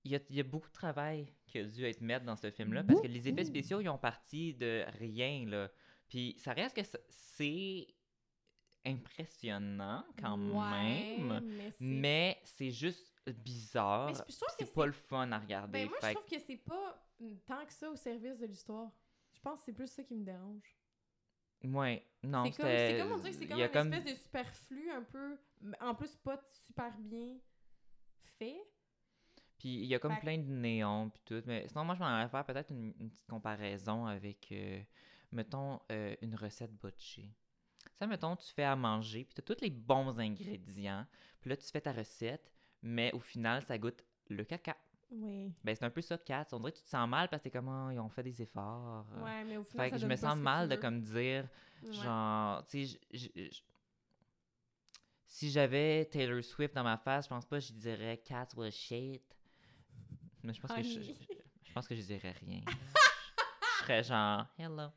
Speaker 1: il y a, il y a beaucoup de travail qui a dû être mettre dans ce film-là parce que les effets
Speaker 2: Beaucoup.
Speaker 1: spéciaux, ils ont parti de rien, là. Puis ça reste que ça- c'est impressionnant quand
Speaker 2: Ouais,
Speaker 1: même,
Speaker 2: mais c'est-
Speaker 1: mais c'est juste bizarre.
Speaker 2: Mais je- je trouve
Speaker 1: C'est
Speaker 2: que
Speaker 1: pas
Speaker 2: c'est-
Speaker 1: le fun à regarder.
Speaker 2: ben, moi je
Speaker 1: Fait que-
Speaker 2: trouve que c'est pas tant que ça au service de l'histoire. Je pense que c'est plus ça qui me dérange.
Speaker 1: Ouais, non,
Speaker 2: c'est comme c'est
Speaker 1: c'était-
Speaker 2: comme on dirait que c'est
Speaker 1: il
Speaker 2: comme
Speaker 1: y a
Speaker 2: une espèce de superflu un peu en plus pas super bien fait.
Speaker 1: Puis il y a comme
Speaker 2: Fait que-
Speaker 1: plein de néons puis tout. Mais sinon, moi, je m'en vais faire peut-être une, une petite comparaison avec, euh, mettons, euh, une recette botchée. Ça, mettons, tu fais à manger, puis tu as tous les bons ingrédients. Puis là, tu fais ta recette, mais au final, ça goûte le caca.
Speaker 2: Oui.
Speaker 1: Ben, c'est un peu ça, Kat. On dirait que tu te sens mal parce que t'es comme, Ah, ils ont fait des efforts. euh.
Speaker 2: Ouais, mais au final
Speaker 1: fait que
Speaker 2: ça
Speaker 1: je
Speaker 2: donne
Speaker 1: me
Speaker 2: pas ce
Speaker 1: sens
Speaker 2: que
Speaker 1: mal
Speaker 2: tu
Speaker 1: de
Speaker 2: veux.
Speaker 1: comme dire,
Speaker 2: Ouais.
Speaker 1: genre, tu sais, je- je- je- si j'avais Taylor Swift dans ma face, je pense pas que je dirais Cat was shit. Mais je pense que je,
Speaker 2: Honey.
Speaker 1: je- je- je pense que je dirais rien. je serais genre, hello,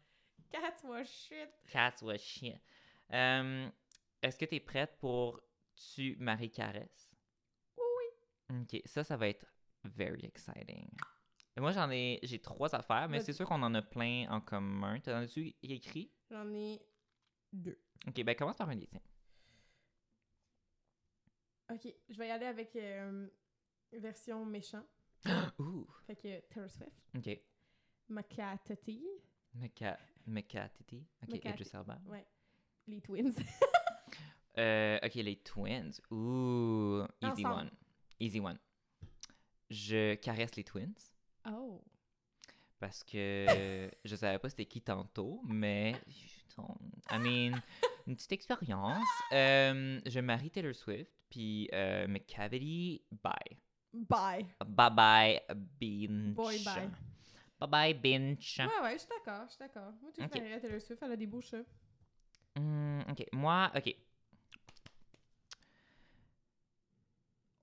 Speaker 2: Cats was shit.
Speaker 1: cats was shit. Euh, Est-ce que t'es prête pour Tu Marie Caresse? Oui. Ok, ça, ça va être very exciting. Et moi, j'en ai, j'ai trois affaires, mais
Speaker 2: Vas-y.
Speaker 1: c'est sûr qu'on en a plein en commun. T'en as-tu écrit?
Speaker 2: J'en ai deux.
Speaker 1: Ok, ben commence par un des tiens.
Speaker 2: Ok, je vais y aller avec euh, version méchant.
Speaker 1: Ouh,
Speaker 2: Fait que Taylor Swift,
Speaker 1: ok.
Speaker 2: Maca Tati,
Speaker 1: Mecha, Mecha Titi. Ok,
Speaker 2: Mecha
Speaker 1: Idris
Speaker 2: Titi.
Speaker 1: Elba.
Speaker 2: ouais, les Twins. <laughs>
Speaker 1: Euh, ok, les twins. Ouh, easy
Speaker 2: Ensemble.
Speaker 1: one. Easy one. Je caresse les twins
Speaker 2: Oh.
Speaker 1: parce
Speaker 2: <laughs>
Speaker 1: que je savais pas c'était qui tantôt, mais I mean, une petite expérience. Euh, je marie Taylor Swift, puis euh, McCavity, bye.
Speaker 2: Bye.
Speaker 1: Bye bye, binge.
Speaker 2: Boy, bye.
Speaker 1: Bye bye, binge.
Speaker 2: Ouais, ouais, je suis d'accord, je suis d'accord. Moi, tu
Speaker 1: Ok.
Speaker 2: okay. à Taylor Swift, elle a des beaux cheveux.
Speaker 1: Hmm, ok, moi, ok.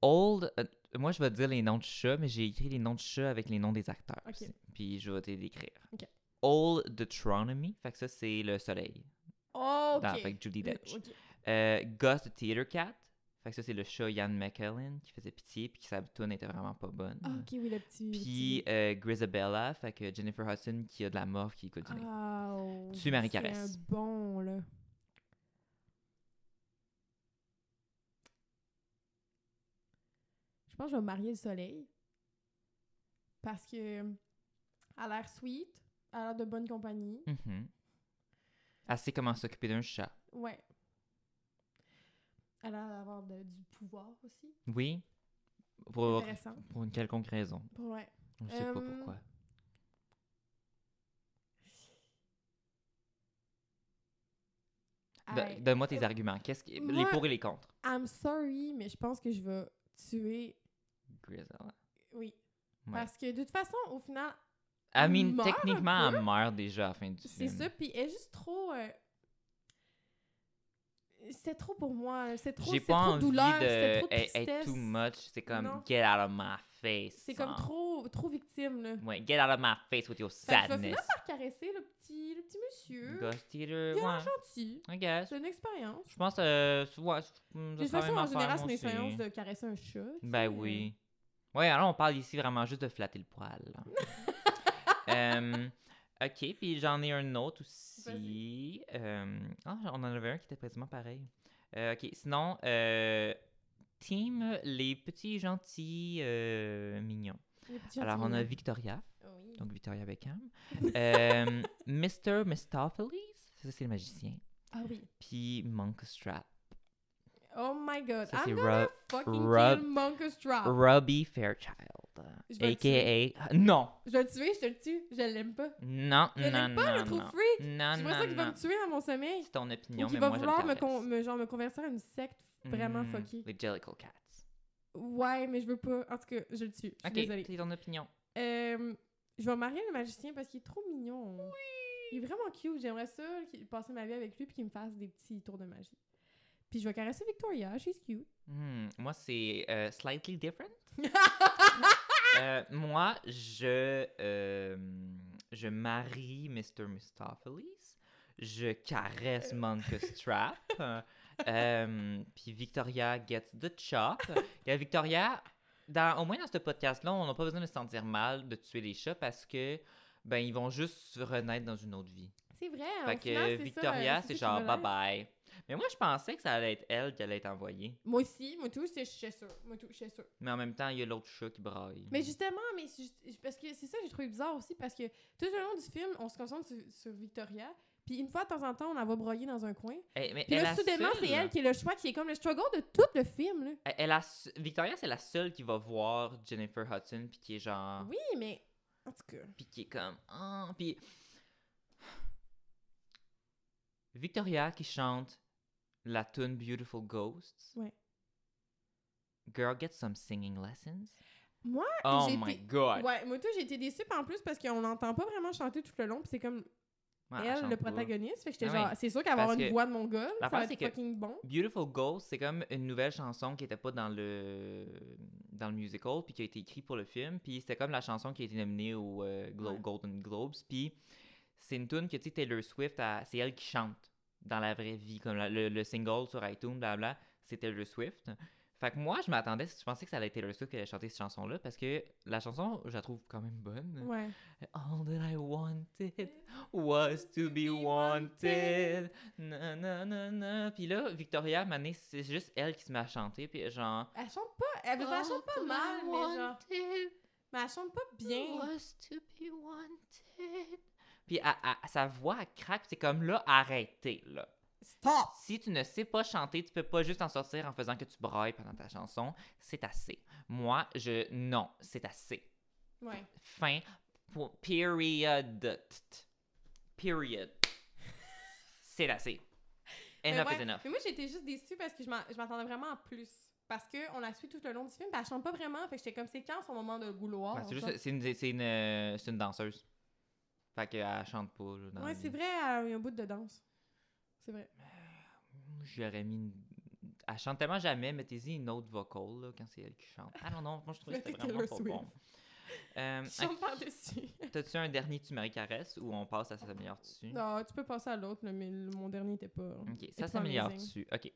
Speaker 1: Old, euh, moi je vais te dire les noms de chats, mais j'ai écrit les noms de chats avec les noms des acteurs.
Speaker 2: Ok.
Speaker 1: c'est- Puis je vais te les décrire.
Speaker 2: Ok.
Speaker 1: Old Deuteronomy, fait que ça c'est le soleil,
Speaker 2: Oh,
Speaker 1: dans-
Speaker 2: ok.
Speaker 1: avec Judy
Speaker 2: Le-
Speaker 1: Dench.
Speaker 2: ok.
Speaker 1: Euh, Gus the Theater Cat, fait que ça c'est le chat Ian McKellen qui faisait pitié puis qui sa tune était vraiment pas bonne.
Speaker 2: Ah, ok, oui, le petit. le
Speaker 1: Puis
Speaker 2: petit-
Speaker 1: euh, Grisabella, fait que Jennifer Hudson qui a de la morve qui écoute du nez.
Speaker 2: Ah, oh,
Speaker 1: euh, Tu, Marie
Speaker 2: c'est
Speaker 1: Caresse.
Speaker 2: un bon, là. Je pense que je vais marier le soleil. Parce que. Elle a l'air sweet, elle a l'air de bonne compagnie.
Speaker 1: Mhm. Elle sait comment s'occuper d'un chat.
Speaker 2: Ouais. Elle a l'air d'avoir de- du pouvoir aussi.
Speaker 1: Oui. Pour,
Speaker 2: Intéressant.
Speaker 1: pour une quelconque raison.
Speaker 2: Ouais.
Speaker 1: On ne sait pas
Speaker 2: Euh,
Speaker 1: pourquoi. Do-
Speaker 2: Aïe.
Speaker 1: Donne-moi tes arguments. Qu'est-ce qui- Les
Speaker 2: moi-
Speaker 1: pour et les contre.
Speaker 2: I'm sorry, mais je pense que je vais tuer.
Speaker 1: Grizzle.
Speaker 2: Oui.
Speaker 1: Ouais.
Speaker 2: Parce que de toute façon, au final,
Speaker 1: I
Speaker 2: Elle
Speaker 1: mean,
Speaker 2: meurt un
Speaker 1: techniquement,
Speaker 2: peu.
Speaker 1: elle meurt déjà à la fin du
Speaker 2: c'est
Speaker 1: film.
Speaker 2: ça. Puis elle est juste trop. euh, C'est trop pour moi. C'est trop,
Speaker 1: J'ai
Speaker 2: c'est
Speaker 1: pas
Speaker 2: trop
Speaker 1: envie
Speaker 2: douleur.
Speaker 1: de e-,
Speaker 2: C'est trop
Speaker 1: être-
Speaker 2: tristesse.
Speaker 1: être too much. C'est comme
Speaker 2: Non.
Speaker 1: get out of my face.
Speaker 2: C'est comme
Speaker 1: hein.
Speaker 2: trop, trop victime, là.
Speaker 1: Ouais, get out of my face with your
Speaker 2: Fait que je vais finir
Speaker 1: sadness.
Speaker 2: par caresser le petit, le petit monsieur.
Speaker 1: Ghost
Speaker 2: Il
Speaker 1: Theater,
Speaker 2: a l'air
Speaker 1: ouais.
Speaker 2: gentil.
Speaker 1: I guess.
Speaker 2: C'est une expérience.
Speaker 1: Je pense, euh, ouais, hmm,
Speaker 2: De
Speaker 1: ça
Speaker 2: toute
Speaker 1: sera la
Speaker 2: façon,
Speaker 1: même
Speaker 2: en
Speaker 1: affaire,
Speaker 2: général, c'est
Speaker 1: moi
Speaker 2: une
Speaker 1: aussi.
Speaker 2: expérience de caresser un chat. tu
Speaker 1: Ben
Speaker 2: sais, euh.
Speaker 1: oui. Ouais, alors on parle ici vraiment juste de flatter le poil.
Speaker 2: <laughs>
Speaker 1: Euh, ok, puis j'en ai un autre aussi. Euh, Ah, on en avait un qui était précisément pareil. Euh, ok, sinon, euh, Team, les petits gentils euh, mignons.
Speaker 2: Les petits
Speaker 1: Alors, on
Speaker 2: gentilshommes.
Speaker 1: a Victoria,
Speaker 2: Oui.
Speaker 1: donc Victoria Beckham. Euh,
Speaker 2: <laughs>
Speaker 1: Mr. Mistopheles, ça c'est le magicien.
Speaker 2: Ah oui.
Speaker 1: Puis Monk Strap.
Speaker 2: Oh my god.
Speaker 1: Ça, c'est
Speaker 2: I'm gonna
Speaker 1: Rob-
Speaker 2: fucking
Speaker 1: Rob-
Speaker 2: kill Monkus Drop.
Speaker 1: Robbie Fairchild.
Speaker 2: Ah. Je vais le
Speaker 1: AKA. Non!
Speaker 2: Je vais le tuer, je te le tue. Je l'aime pas.
Speaker 1: Non,
Speaker 2: Je
Speaker 1: non,
Speaker 2: l'aime
Speaker 1: non,
Speaker 2: pas, je le
Speaker 1: non.
Speaker 2: trouve freak.
Speaker 1: Non,
Speaker 2: C'est pour
Speaker 1: non,
Speaker 2: ça qu'il va
Speaker 1: non.
Speaker 2: me tuer dans mon sommeil.
Speaker 1: C'est ton opinion,
Speaker 2: Ou
Speaker 1: mais
Speaker 2: qu'il va
Speaker 1: moi, je le
Speaker 2: vouloir me,
Speaker 1: caresse.
Speaker 2: con- me- genre, me convertir à une secte vraiment
Speaker 1: Mm,
Speaker 2: fuckée.
Speaker 1: Les Jellicle Cats.
Speaker 2: Ouais, mais je veux pas. En tout cas, je le tue. Je suis
Speaker 1: Ok,
Speaker 2: désolée.
Speaker 1: c'est ton opinion.
Speaker 2: Euh, je vais marier le magicien parce qu'il est trop mignon. Oui! Il est vraiment cute. J'aimerais ça qu'il- passer ma vie avec lui puis qu'il me fasse des petits tours de magie. Puis je vais caresser Victoria. She's cute.
Speaker 1: Hmm, moi, c'est euh, slightly
Speaker 2: <laughs>
Speaker 1: different. Euh, moi, je, euh, je marie Mr. Mistopheles. Je caresse
Speaker 2: Euh. <laughs>
Speaker 1: Monica Strap. Euh, Puis Victoria gets the
Speaker 2: <laughs>
Speaker 1: chop. Et Victoria, dans, au moins dans ce podcast-là, on n'a pas besoin de se sentir mal de tuer les chats parce que ben ils vont juste renaître dans une autre vie.
Speaker 2: C'est vrai. hein,
Speaker 1: Fait
Speaker 2: Ah, au
Speaker 1: que
Speaker 2: final, c'est ça,
Speaker 1: Victoria,
Speaker 2: euh,
Speaker 1: c'est
Speaker 2: ça qui
Speaker 1: genre
Speaker 2: va
Speaker 1: bye bye. Mais moi, je pensais que ça allait être elle qui allait être envoyée.
Speaker 2: Moi aussi, moi tout, c'est- je suis sûre. Moi tout, je suis sûre.
Speaker 1: Mais en même temps, il y a l'autre chat qui braille.
Speaker 2: Mais justement, mais c'est juste- parce que c'est ça que j'ai trouvé bizarre aussi, parce que tout au long du film, on se concentre sur, sur Victoria, puis une fois de temps en temps, on la voit broyer dans un coin.
Speaker 1: Eh, mais
Speaker 2: Puis
Speaker 1: elle
Speaker 2: là,
Speaker 1: la
Speaker 2: soudainement,
Speaker 1: seule-
Speaker 2: c'est elle qui est le choix, qui est comme le struggle de tout le film. Là.
Speaker 1: elle- elle la se- Victoria, c'est la seule qui va voir Jennifer Hudson, puis qui est genre.
Speaker 2: Oui, mais en tout cas.
Speaker 1: Puis qui est comme. Ah, puis. Victoria qui chante la tune Beautiful Ghosts.
Speaker 2: Ouais.
Speaker 1: Girl, get some singing lessons.
Speaker 2: Moi,
Speaker 1: Oh
Speaker 2: j'ai
Speaker 1: my
Speaker 2: été-
Speaker 1: god.
Speaker 2: Ouais, moi tout, j'ai été déçue, puis en plus, parce qu'on l'entend pas vraiment chanter tout le long, puis c'est comme
Speaker 1: Ouais, elle
Speaker 2: elle,
Speaker 1: chante
Speaker 2: le
Speaker 1: pas.
Speaker 2: protagoniste. Fait que j'étais
Speaker 1: Ah
Speaker 2: genre,
Speaker 1: oui.
Speaker 2: c'est sûr qu'avoir
Speaker 1: Parce
Speaker 2: une
Speaker 1: que
Speaker 2: voix de mongol, ça
Speaker 1: l'affaire,
Speaker 2: va
Speaker 1: c'est
Speaker 2: être
Speaker 1: que-
Speaker 2: fucking bon.
Speaker 1: Beautiful Ghost, c'est comme une nouvelle chanson qui était pas dans le dans le musical, puis qui a été écrite pour le film, puis c'était comme la chanson qui a été nominée au euh, Glo-
Speaker 2: Ouais.
Speaker 1: Golden Globes, puis c'est une tune que tu sais Taylor Swift, elle- c'est elle qui chante dans la vraie vie, comme la- le, le single sur iTunes, blabla, c'est Taylor Swift. Fait que moi, je m'attendais, je pensais que ça allait être Taylor Swift qui allait chanter cette chanson-là, parce que la chanson, je la trouve quand même bonne.
Speaker 2: Ouais.
Speaker 1: All that I wanted was to be wanted. Na, na, na, na. Puis là, Victoria Mané, c'est juste elle qui se met à chanter. Puis genre.
Speaker 2: Elle chante pas, elle, elle chante pas mal, mais genre. Mais elle chante pas bien.
Speaker 3: was to be wanted.
Speaker 1: Puis elle- elle- sa voix, elle craque. puis C'est comme là, arrêtez, là.
Speaker 2: Stop!
Speaker 1: Si tu ne sais pas chanter, tu peux pas juste en sortir en faisant que tu brailles pendant ta chanson. C'est assez. Moi, je. Non, c'est assez.
Speaker 2: Ouais.
Speaker 1: Fin. Po- Period. Period. C'est assez.
Speaker 2: Mais
Speaker 1: Enough
Speaker 2: ouais.
Speaker 1: is enough.
Speaker 2: Mais moi, j'étais juste déçue parce que je m'en- je m'attendais vraiment à plus. Parce qu'on la suit tout le long du film, puis elle chante pas vraiment. Fait que j'étais comme, c'est quand son moment de
Speaker 1: Ouais,
Speaker 2: gouloir?
Speaker 1: c'est
Speaker 2: genre?
Speaker 1: juste, c'est une, c'est une, euh, c'est une danseuse. Fait qu'elle chante pas, là, dans la
Speaker 2: Ouais, c'est
Speaker 1: vie.
Speaker 2: vrai, elle a eu un bout de danse. C'est vrai.
Speaker 1: J'aurais mis une... Elle chante tellement jamais, mettez-y une autre vocal, là, quand c'est elle qui chante. Ah non, non, moi, je trouvais
Speaker 2: <laughs>
Speaker 1: que c'était
Speaker 2: Mettez
Speaker 1: vraiment pas
Speaker 2: Taylor
Speaker 1: bon. Euh,
Speaker 2: Je
Speaker 1: <laughs>
Speaker 2: chante par-dessus.
Speaker 1: ok, T'as-tu un dernier tu marie caresse ou on passe à sa meilleure dessus?
Speaker 2: non, tu peux passer à l'autre, là, mais le- mon dernier était pas.
Speaker 1: Ok,
Speaker 2: It's
Speaker 1: ça s'améliore
Speaker 2: amazing.
Speaker 1: dessus. Ok.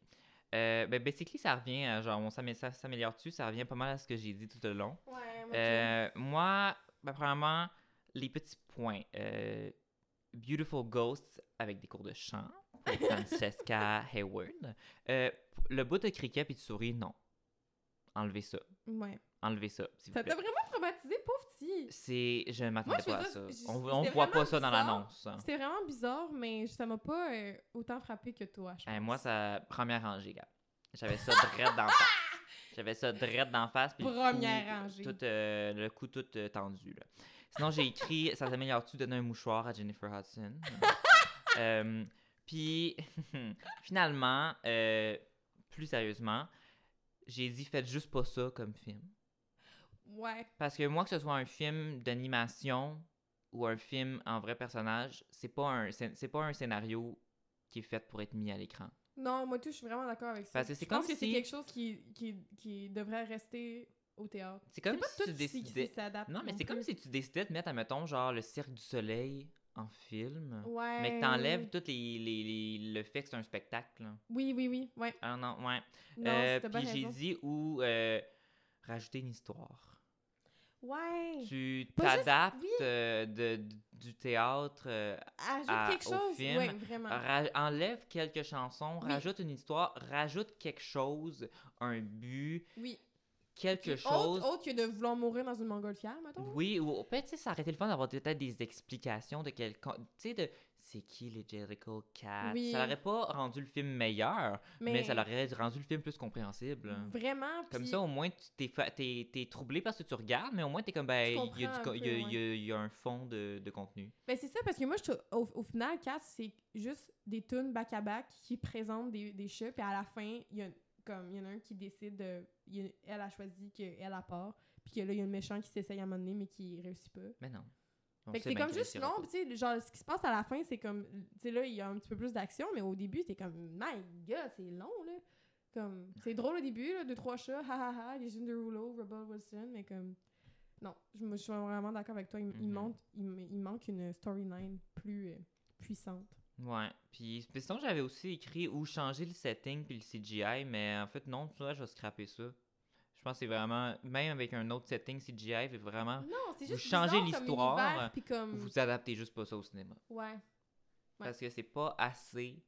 Speaker 1: Euh, ben, basically, ça revient à genre, on s'amé- ça s'améliore dessus, ça revient pas mal à ce que j'ai dit tout le long.
Speaker 2: Ouais, ok.
Speaker 1: Euh, moi, ben, premièrement, les petits points. Euh, Beautiful Ghost avec des cours de chant pour
Speaker 2: <laughs>
Speaker 1: Francesca Hayward. Euh, p- le bout de criquet puis de souris, non. Enlevez ça.
Speaker 2: Ouais.
Speaker 1: Enlevez ça, s'il vous
Speaker 2: Ça t'a
Speaker 1: plaît.
Speaker 2: vraiment traumatisé, pauvre petit.
Speaker 1: C'est... Je m'attendais
Speaker 2: Moi, je
Speaker 1: pas à ça.
Speaker 2: veux dire, je-
Speaker 1: On
Speaker 2: c'était
Speaker 1: on voit pas
Speaker 2: vraiment
Speaker 1: ça dans
Speaker 2: bizarre.
Speaker 1: l'annonce.
Speaker 2: C'était vraiment bizarre, mais ça m'a pas euh, autant frappé que toi, je pense.
Speaker 1: Eh, moi, ça... Première rangée, gars. J'avais ça direct d'en face.
Speaker 2: <laughs>
Speaker 1: J'avais ça direct d'en face. puis le cou-
Speaker 2: Première rangée.
Speaker 1: Tout, euh, le cou tout euh, tendu, là. Sinon, j'ai écrit « Ça s'améliore-tu de donner un mouchoir à Jennifer Hudson? Euh, <laughs> Puis, finalement, euh, plus sérieusement, j'ai dit « Faites juste pas ça comme film.
Speaker 2: Ouais. »
Speaker 1: Parce que moi, que ce soit un film d'animation ou un film en vrai personnage, c'est pas un, scén- c'est pas un scénario qui est fait pour être mis à l'écran.
Speaker 2: Non, moi, tout, je suis vraiment d'accord avec ça.
Speaker 1: Parce que c'est
Speaker 2: je pense
Speaker 1: comme
Speaker 2: que c'est
Speaker 1: si-
Speaker 2: quelque chose qui, qui, qui devrait rester au théâtre.
Speaker 1: C'est
Speaker 2: C'est
Speaker 1: comme
Speaker 2: pas
Speaker 1: si
Speaker 2: tout hein.
Speaker 1: tu
Speaker 2: qui s- qui
Speaker 1: décidais...
Speaker 2: s'adapte.
Speaker 1: Non, mais c'est comme
Speaker 2: plus.
Speaker 1: si tu décidais de mettre, admettons, genre le Cirque du Soleil en film,
Speaker 2: Ouais.
Speaker 1: mais que t'enlèves tout les, les, les- le fait que c'est un spectacle. là.
Speaker 2: Oui, oui, oui. Ouais.
Speaker 1: Ah non, ouais.
Speaker 2: Non,
Speaker 1: Euh,
Speaker 2: c'était pas
Speaker 1: puis j'ai
Speaker 2: raison.
Speaker 1: dit ou euh, rajouter une histoire.
Speaker 2: Ouais.
Speaker 1: Tu
Speaker 2: Oh. Pas juste-
Speaker 1: t'adaptes
Speaker 2: oui.
Speaker 1: euh, de- d- du théâtre, euh,
Speaker 2: Ajoute
Speaker 1: à-
Speaker 2: quelque
Speaker 1: au
Speaker 2: chose.
Speaker 1: film,
Speaker 2: ouais, vraiment.
Speaker 1: ra- enlève quelques chansons,
Speaker 2: Oui.
Speaker 1: rajoute une histoire, rajoute quelque chose, un but,
Speaker 2: Oui.
Speaker 1: quelque
Speaker 2: Puis
Speaker 1: chose.
Speaker 2: Autre, autre que de vouloir mourir dans une montgolfière, mettons.
Speaker 1: Oui, ou peut-être, tu sais, ça aurait été le fun d'avoir peut-être des explications de quel... con- Tu sais, de c'est qui les Jericho Cats.
Speaker 2: Oui.
Speaker 1: Ça aurait pas rendu le film meilleur, mais,
Speaker 2: Mais,
Speaker 1: ça l'aurait rendu le film plus compréhensible.
Speaker 2: Vraiment.
Speaker 1: Comme
Speaker 2: puis-
Speaker 1: ça, au moins, tu t'es, fa- t'es, t'es troublé parce que tu regardes, mais au moins, t'es comme, ben,
Speaker 2: Tu
Speaker 1: il y, a du
Speaker 2: comprends
Speaker 1: co-
Speaker 2: un
Speaker 1: il
Speaker 2: peu,
Speaker 1: y a- il y a- il y a un fond de, de contenu.
Speaker 2: Ben c'est ça, parce que moi, je trouve- au, au final, Cass, c'est juste des tunes back-à-back qui présentent des, des chats, puis à la fin, il y, a- comme, il y en a un qui décide de... il y a- elle a choisi qu'elle a part, puis que là, il y a le méchant qui s'essaye à un moment donné, mais qui réussit pas.
Speaker 1: Mais non. On
Speaker 2: Fait que
Speaker 1: sait
Speaker 2: c'est
Speaker 1: bien
Speaker 2: comme
Speaker 1: qu'il
Speaker 2: juste
Speaker 1: réussira
Speaker 2: long,
Speaker 1: pas.
Speaker 2: puis tu sais, genre, ce qui se passe à la fin, c'est comme... Tu sais, là, il y a un petit peu plus d'action, mais au début, t'es comme, my god, c'est long, là! Comme, c'est drôle au début, là, deux, trois chats, ha ha ha, les unes de rouleau, Rebel Wilson, mais comme... Non, je, me- je suis vraiment d'accord avec toi, il, il
Speaker 1: Mhm.
Speaker 2: manque, il, me- il manque une storyline plus euh, puissante.
Speaker 1: Ouais. Puis, puis sinon, j'avais aussi écrit ou changer le setting puis le CGI, mais en fait, non, tu vois, je vais scraper ça. Je pense que c'est vraiment, même avec un autre setting CGI, c'est vraiment
Speaker 2: Non, c'est
Speaker 1: Ah. Vous
Speaker 2: juste
Speaker 1: changez
Speaker 2: bizarre comme
Speaker 1: l'histoire,
Speaker 2: univers, puis comme...
Speaker 1: vous adaptez juste pas ça au cinéma.
Speaker 2: Mm. Ouais.
Speaker 1: Parce que c'est pas assez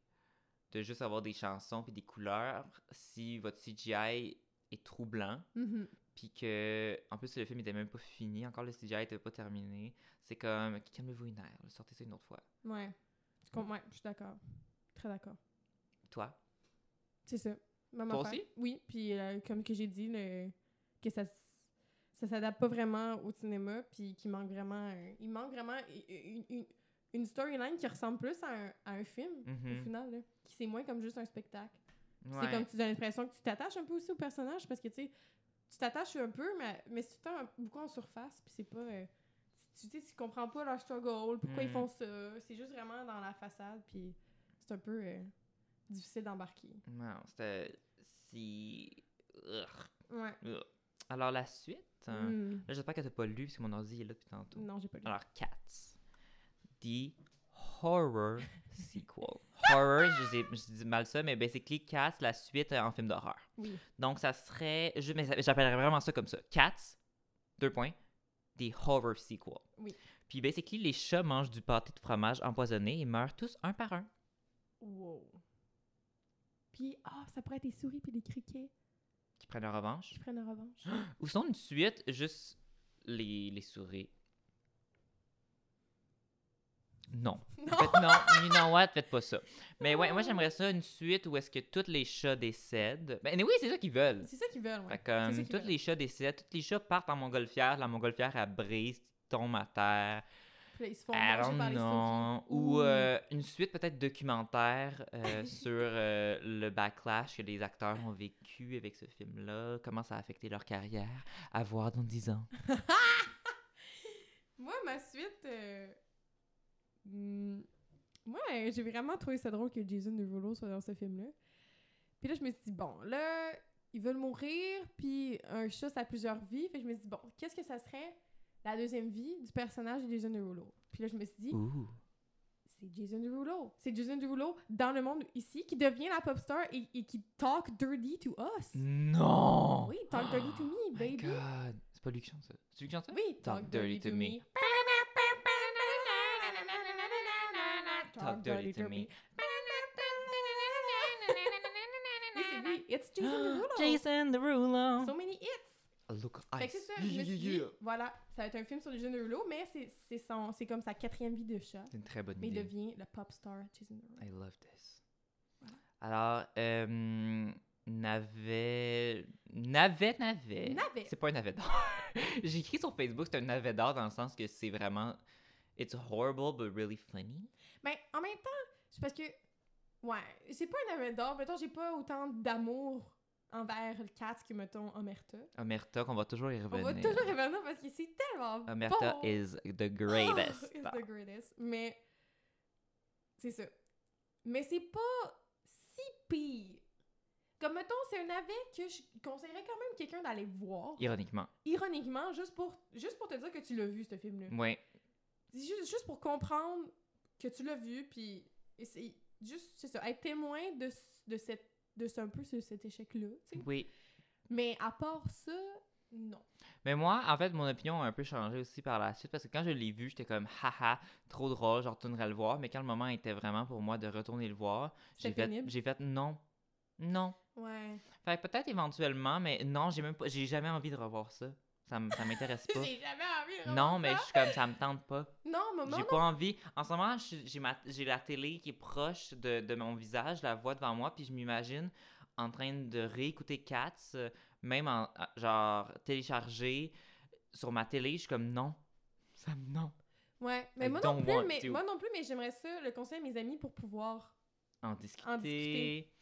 Speaker 1: de juste avoir des chansons puis des couleurs si votre CGI est troublant
Speaker 2: Mhm.
Speaker 1: puis que en plus le film était même pas fini, encore le CGI était pas terminé. C'est comme calmez-vous une heure, sortez ça une autre fois.
Speaker 2: Ouais. Je com- ouais, je suis d'accord. Très d'accord.
Speaker 1: Toi,
Speaker 2: C'est ça. Même
Speaker 1: Toi
Speaker 2: affaire.
Speaker 1: aussi?
Speaker 2: Oui, puis euh, comme que j'ai dit, le- que ça s- ça s'adapte pas vraiment au cinéma, puis qu'il manque vraiment... un- Il manque vraiment i- une, une- une storyline qui ressemble plus à un, à un film, au
Speaker 1: Mhm.
Speaker 2: final, là, qui c'est moins comme juste un spectacle. C'est
Speaker 1: Ouais.
Speaker 2: comme tu as l'impression que tu t'attaches un peu aussi au personnage parce que tu sais, tu t'attaches un peu, mais, mais si tu t'en beaucoup en surface, puis c'est pas. euh, tu sais, tu comprends pas leur struggle, pourquoi ils
Speaker 1: Mm.
Speaker 2: font ça. C'est juste vraiment dans la façade, puis c'est un peu euh, difficile d'embarquer.
Speaker 1: Non, c'était. Si. Ugh.
Speaker 2: Ouais.
Speaker 1: Alors, la suite. hein.
Speaker 2: Mm.
Speaker 1: Là, j'espère que t'as pas lu, parce que mon ordi est là depuis tantôt.
Speaker 2: Non, j'ai pas lu.
Speaker 1: Alors, Cats. The Horror Sequel. <laughs> Horror, je, dis- je dis mal ça, mais basically, Cats, la suite euh, en film d'horreur.
Speaker 2: Oui.
Speaker 1: Donc, ça serait. Je, mais ça- j'appellerais vraiment ça comme ça. Cats, deux points, des horror sequels.
Speaker 2: Oui.
Speaker 1: Puis, basically, les chats mangent du pâté de fromage empoisonné et meurent tous un par un.
Speaker 2: Wow. Puis, ah, ça pourrait être des souris puis des criquets
Speaker 1: Qui prennent leur revanche.
Speaker 2: qui prennent en revanche. <laughs>
Speaker 1: Ou sont une suite, juste les, les souris. Non.
Speaker 2: non!
Speaker 1: Faites- non, you know what, faites pas ça. Mais ouais, moi j'aimerais ça une suite où est-ce que tous les chats décèdent. Ben oui, c'est ça qu'ils veulent.
Speaker 2: C'est ça qu'ils veulent, ouais.
Speaker 1: Fait que,
Speaker 2: C'est ça
Speaker 1: euh,
Speaker 2: qu'ils
Speaker 1: tous
Speaker 2: veulent.
Speaker 1: les chats décèdent, tous les chats partent en montgolfière, la montgolfière elle brise, tombe à terre.
Speaker 2: Puis là, ils se font
Speaker 1: I
Speaker 2: manger
Speaker 1: don't
Speaker 2: par les souris.
Speaker 1: know. Ou
Speaker 2: Ouh.
Speaker 1: euh, une suite peut-être documentaire
Speaker 2: <laughs>
Speaker 1: euh, sur euh, le backlash que les acteurs ont vécu avec ce film-là, comment ça a affecté leur carrière, à voir dans 10 ans.
Speaker 2: Moi, ma suite. euh, hmm, Moi, euh, j'ai vraiment trouvé ça drôle que Jason Derulo soit dans ce film-là. Puis là, je me suis dit, bon, là, ils veulent mourir, puis un chat, ça a plusieurs vies. Fait que je me suis dit, bon, qu'est-ce que ça serait la deuxième vie du personnage de Jason Derulo? Puis là, je me suis dit,
Speaker 1: Ouh.
Speaker 2: c'est Jason Derulo. C'est Jason Derulo dans le monde ici qui devient la pop star et, et qui talk dirty to us.
Speaker 1: Non! Oh
Speaker 2: Oui, talk dirty to me,
Speaker 1: My
Speaker 2: baby.
Speaker 1: God. C'est pas lui qui chante ça. C'est lui qui chante ça?
Speaker 2: Oui,
Speaker 1: Talk dirty to me. Talk dirty to me.
Speaker 2: Oui, c'est lui. It's
Speaker 1: <gasps>
Speaker 2: Jason Derulo.
Speaker 1: Jason Derulo.
Speaker 2: So many hits.
Speaker 1: Look
Speaker 2: Fait que c'est ça, je me suis dit, voilà, ça va être un film sur Jason Derulo, mais c'est- c'est son- c'est comme sa quatrième vie de chat.
Speaker 1: C'est une très bonne
Speaker 2: Mais il
Speaker 1: idée.
Speaker 2: devient le pop star Jason Derulo.
Speaker 1: I love this. Alors, euh, navet, navet, navet.
Speaker 2: Navet.
Speaker 1: C'est pas un navet d'or. <laughs> J'ai écrit sur Facebook, c'est un navet d'or dans le sens que c'est vraiment, it's horrible but really funny.
Speaker 2: Ben, en même temps, c'est parce que, ouais, c'est pas un amour d'or. Mettons, j'ai pas autant d'amour envers le cat que, mettons, Omerta.
Speaker 1: Omerta, qu'on va toujours y
Speaker 2: On
Speaker 1: revenir.
Speaker 2: va toujours revenir parce que c'est tellement
Speaker 1: Omerta
Speaker 2: <laughs> bon.
Speaker 1: is the
Speaker 2: Oh,
Speaker 1: greatest.
Speaker 2: <laughs> it's the greatest. Mais c'est ça. Mais c'est pas si pire. Comme mettons, c'est un navet que je conseillerais quand même quelqu'un d'aller voir.
Speaker 1: Ironiquement.
Speaker 2: Ironiquement, juste pour, juste pour te dire que tu l'as vu, ce film-là.
Speaker 1: Ouais.
Speaker 2: C'est Juste, juste pour comprendre que tu l'as vu, puis essayer- juste, c'est ça, être témoin de, ce- de, cette, de ce, un peu ce- cet échec-là. tu sais.
Speaker 1: Oui.
Speaker 2: Mais à part ça, non.
Speaker 1: Mais moi, en fait, mon opinion a un peu changé aussi par la suite parce que quand je l'ai vu, j'étais comme haha, trop drôle, je retournerai le voir. Mais quand le moment était vraiment pour moi de retourner le voir, j'ai
Speaker 2: C'était
Speaker 1: fait,
Speaker 2: pénible.
Speaker 1: j'ai fait non, non.
Speaker 2: Ouais.
Speaker 1: <laughs> Fait que peut-être éventuellement, mais non, j'ai même pas, j'ai jamais envie de revoir ça. Ça, m- ça m'intéresse pas.
Speaker 2: <laughs> J'ai jamais envie de
Speaker 1: Non,
Speaker 2: revoir
Speaker 1: mais
Speaker 2: ça.
Speaker 1: je suis comme ça me tente pas.
Speaker 2: Non, maman,
Speaker 1: J'ai pas envie. En ce moment, je suis- j'ai ma- j'ai la télé qui est proche de, de mon visage, la voix devant moi, puis je m'imagine en train de réécouter Cats, euh, même en à- genre téléchargé sur ma télé. Je suis comme non, ça me non.
Speaker 2: Ouais, mais
Speaker 1: I
Speaker 2: moi non,
Speaker 1: don't
Speaker 2: plus,
Speaker 1: want
Speaker 2: mais
Speaker 1: to.
Speaker 2: moi non plus, mais j'aimerais ça le conseiller à mes amis pour pouvoir.
Speaker 1: En discuter.
Speaker 2: discuter.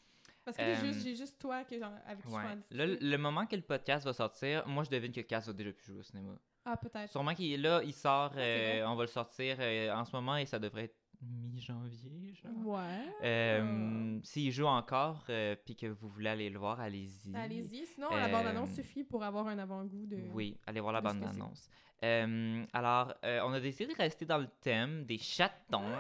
Speaker 2: Parce que là,
Speaker 1: Euh,
Speaker 2: juste- j'ai juste toi que j'en- avec qui je
Speaker 1: Ouais.
Speaker 2: peux en discuter.
Speaker 1: Là, le le moment que le podcast va sortir, moi je devine que Cats va déjà plus jouer au cinéma.
Speaker 2: Ah, peut-être.
Speaker 1: Sûrement qu'il est là, il sort,
Speaker 2: c'est
Speaker 1: euh, on va le sortir euh, en ce moment et ça devrait être mi-janvier, genre.
Speaker 2: Ouais. Ah.
Speaker 1: Euh, S'il joue encore, euh, puis que vous voulez aller le voir, allez-y.
Speaker 2: Allez-y, sinon la
Speaker 1: Euh,
Speaker 2: bande-annonce suffit pour avoir un avant-goût de.
Speaker 1: Oui, allez voir la
Speaker 2: de ce que
Speaker 1: bande-annonce. Euh, alors, euh, on a décidé de rester dans le thème des
Speaker 2: <laughs>
Speaker 1: chatons.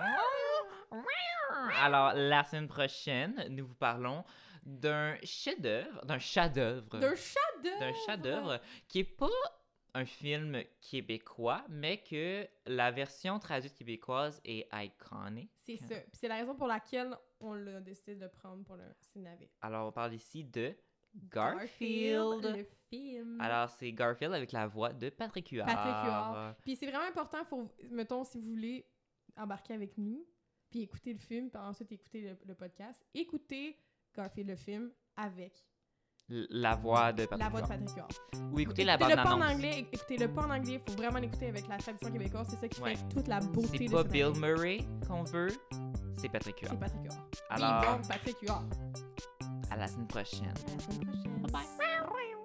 Speaker 1: Alors, la semaine prochaine, nous vous parlons d'un chef-d'œuvre, d'un chef-d'œuvre,
Speaker 2: D'un chef-d'œuvre!
Speaker 1: d'un chef-d'œuvre qui est pas un film québécois, mais que la version traduite québécoise est iconique.
Speaker 2: C'est ça. Puis c'est la raison pour laquelle on l'a décidé de le prendre pour le cinéma.
Speaker 1: Alors, on parle ici de Garfield.
Speaker 2: Le film.
Speaker 1: Alors, c'est Garfield avec la voix de Patrick Huard.
Speaker 2: Mm. Patrick Huard. Puis c'est vraiment important, faut, mettons, si vous voulez embarquer avec nous, puis écouter le film, puis ensuite écouter le, le podcast, écoutez Garfield le film avec
Speaker 1: L- La voix de Patrick
Speaker 2: la voix de
Speaker 1: Huard.
Speaker 2: Patrick Huard.
Speaker 1: Ou écoutez la
Speaker 2: le pas en
Speaker 1: bande-annonce.
Speaker 2: anglais, écoutez-le pas en anglais, faut vraiment l'écouter avec la traduction québécoise, c'est ça qui
Speaker 1: Ouais.
Speaker 2: fait toute la beauté
Speaker 1: C'est
Speaker 2: de
Speaker 1: pas
Speaker 2: ce
Speaker 1: Bill
Speaker 2: film.
Speaker 1: Murray qu'on veut, c'est Patrick Huard.
Speaker 2: C'est Patrick Huard.
Speaker 1: Alors,
Speaker 2: Vive donc Patrick Huard.
Speaker 1: à la semaine prochaine.
Speaker 2: À la semaine prochaine.
Speaker 3: Bye bye.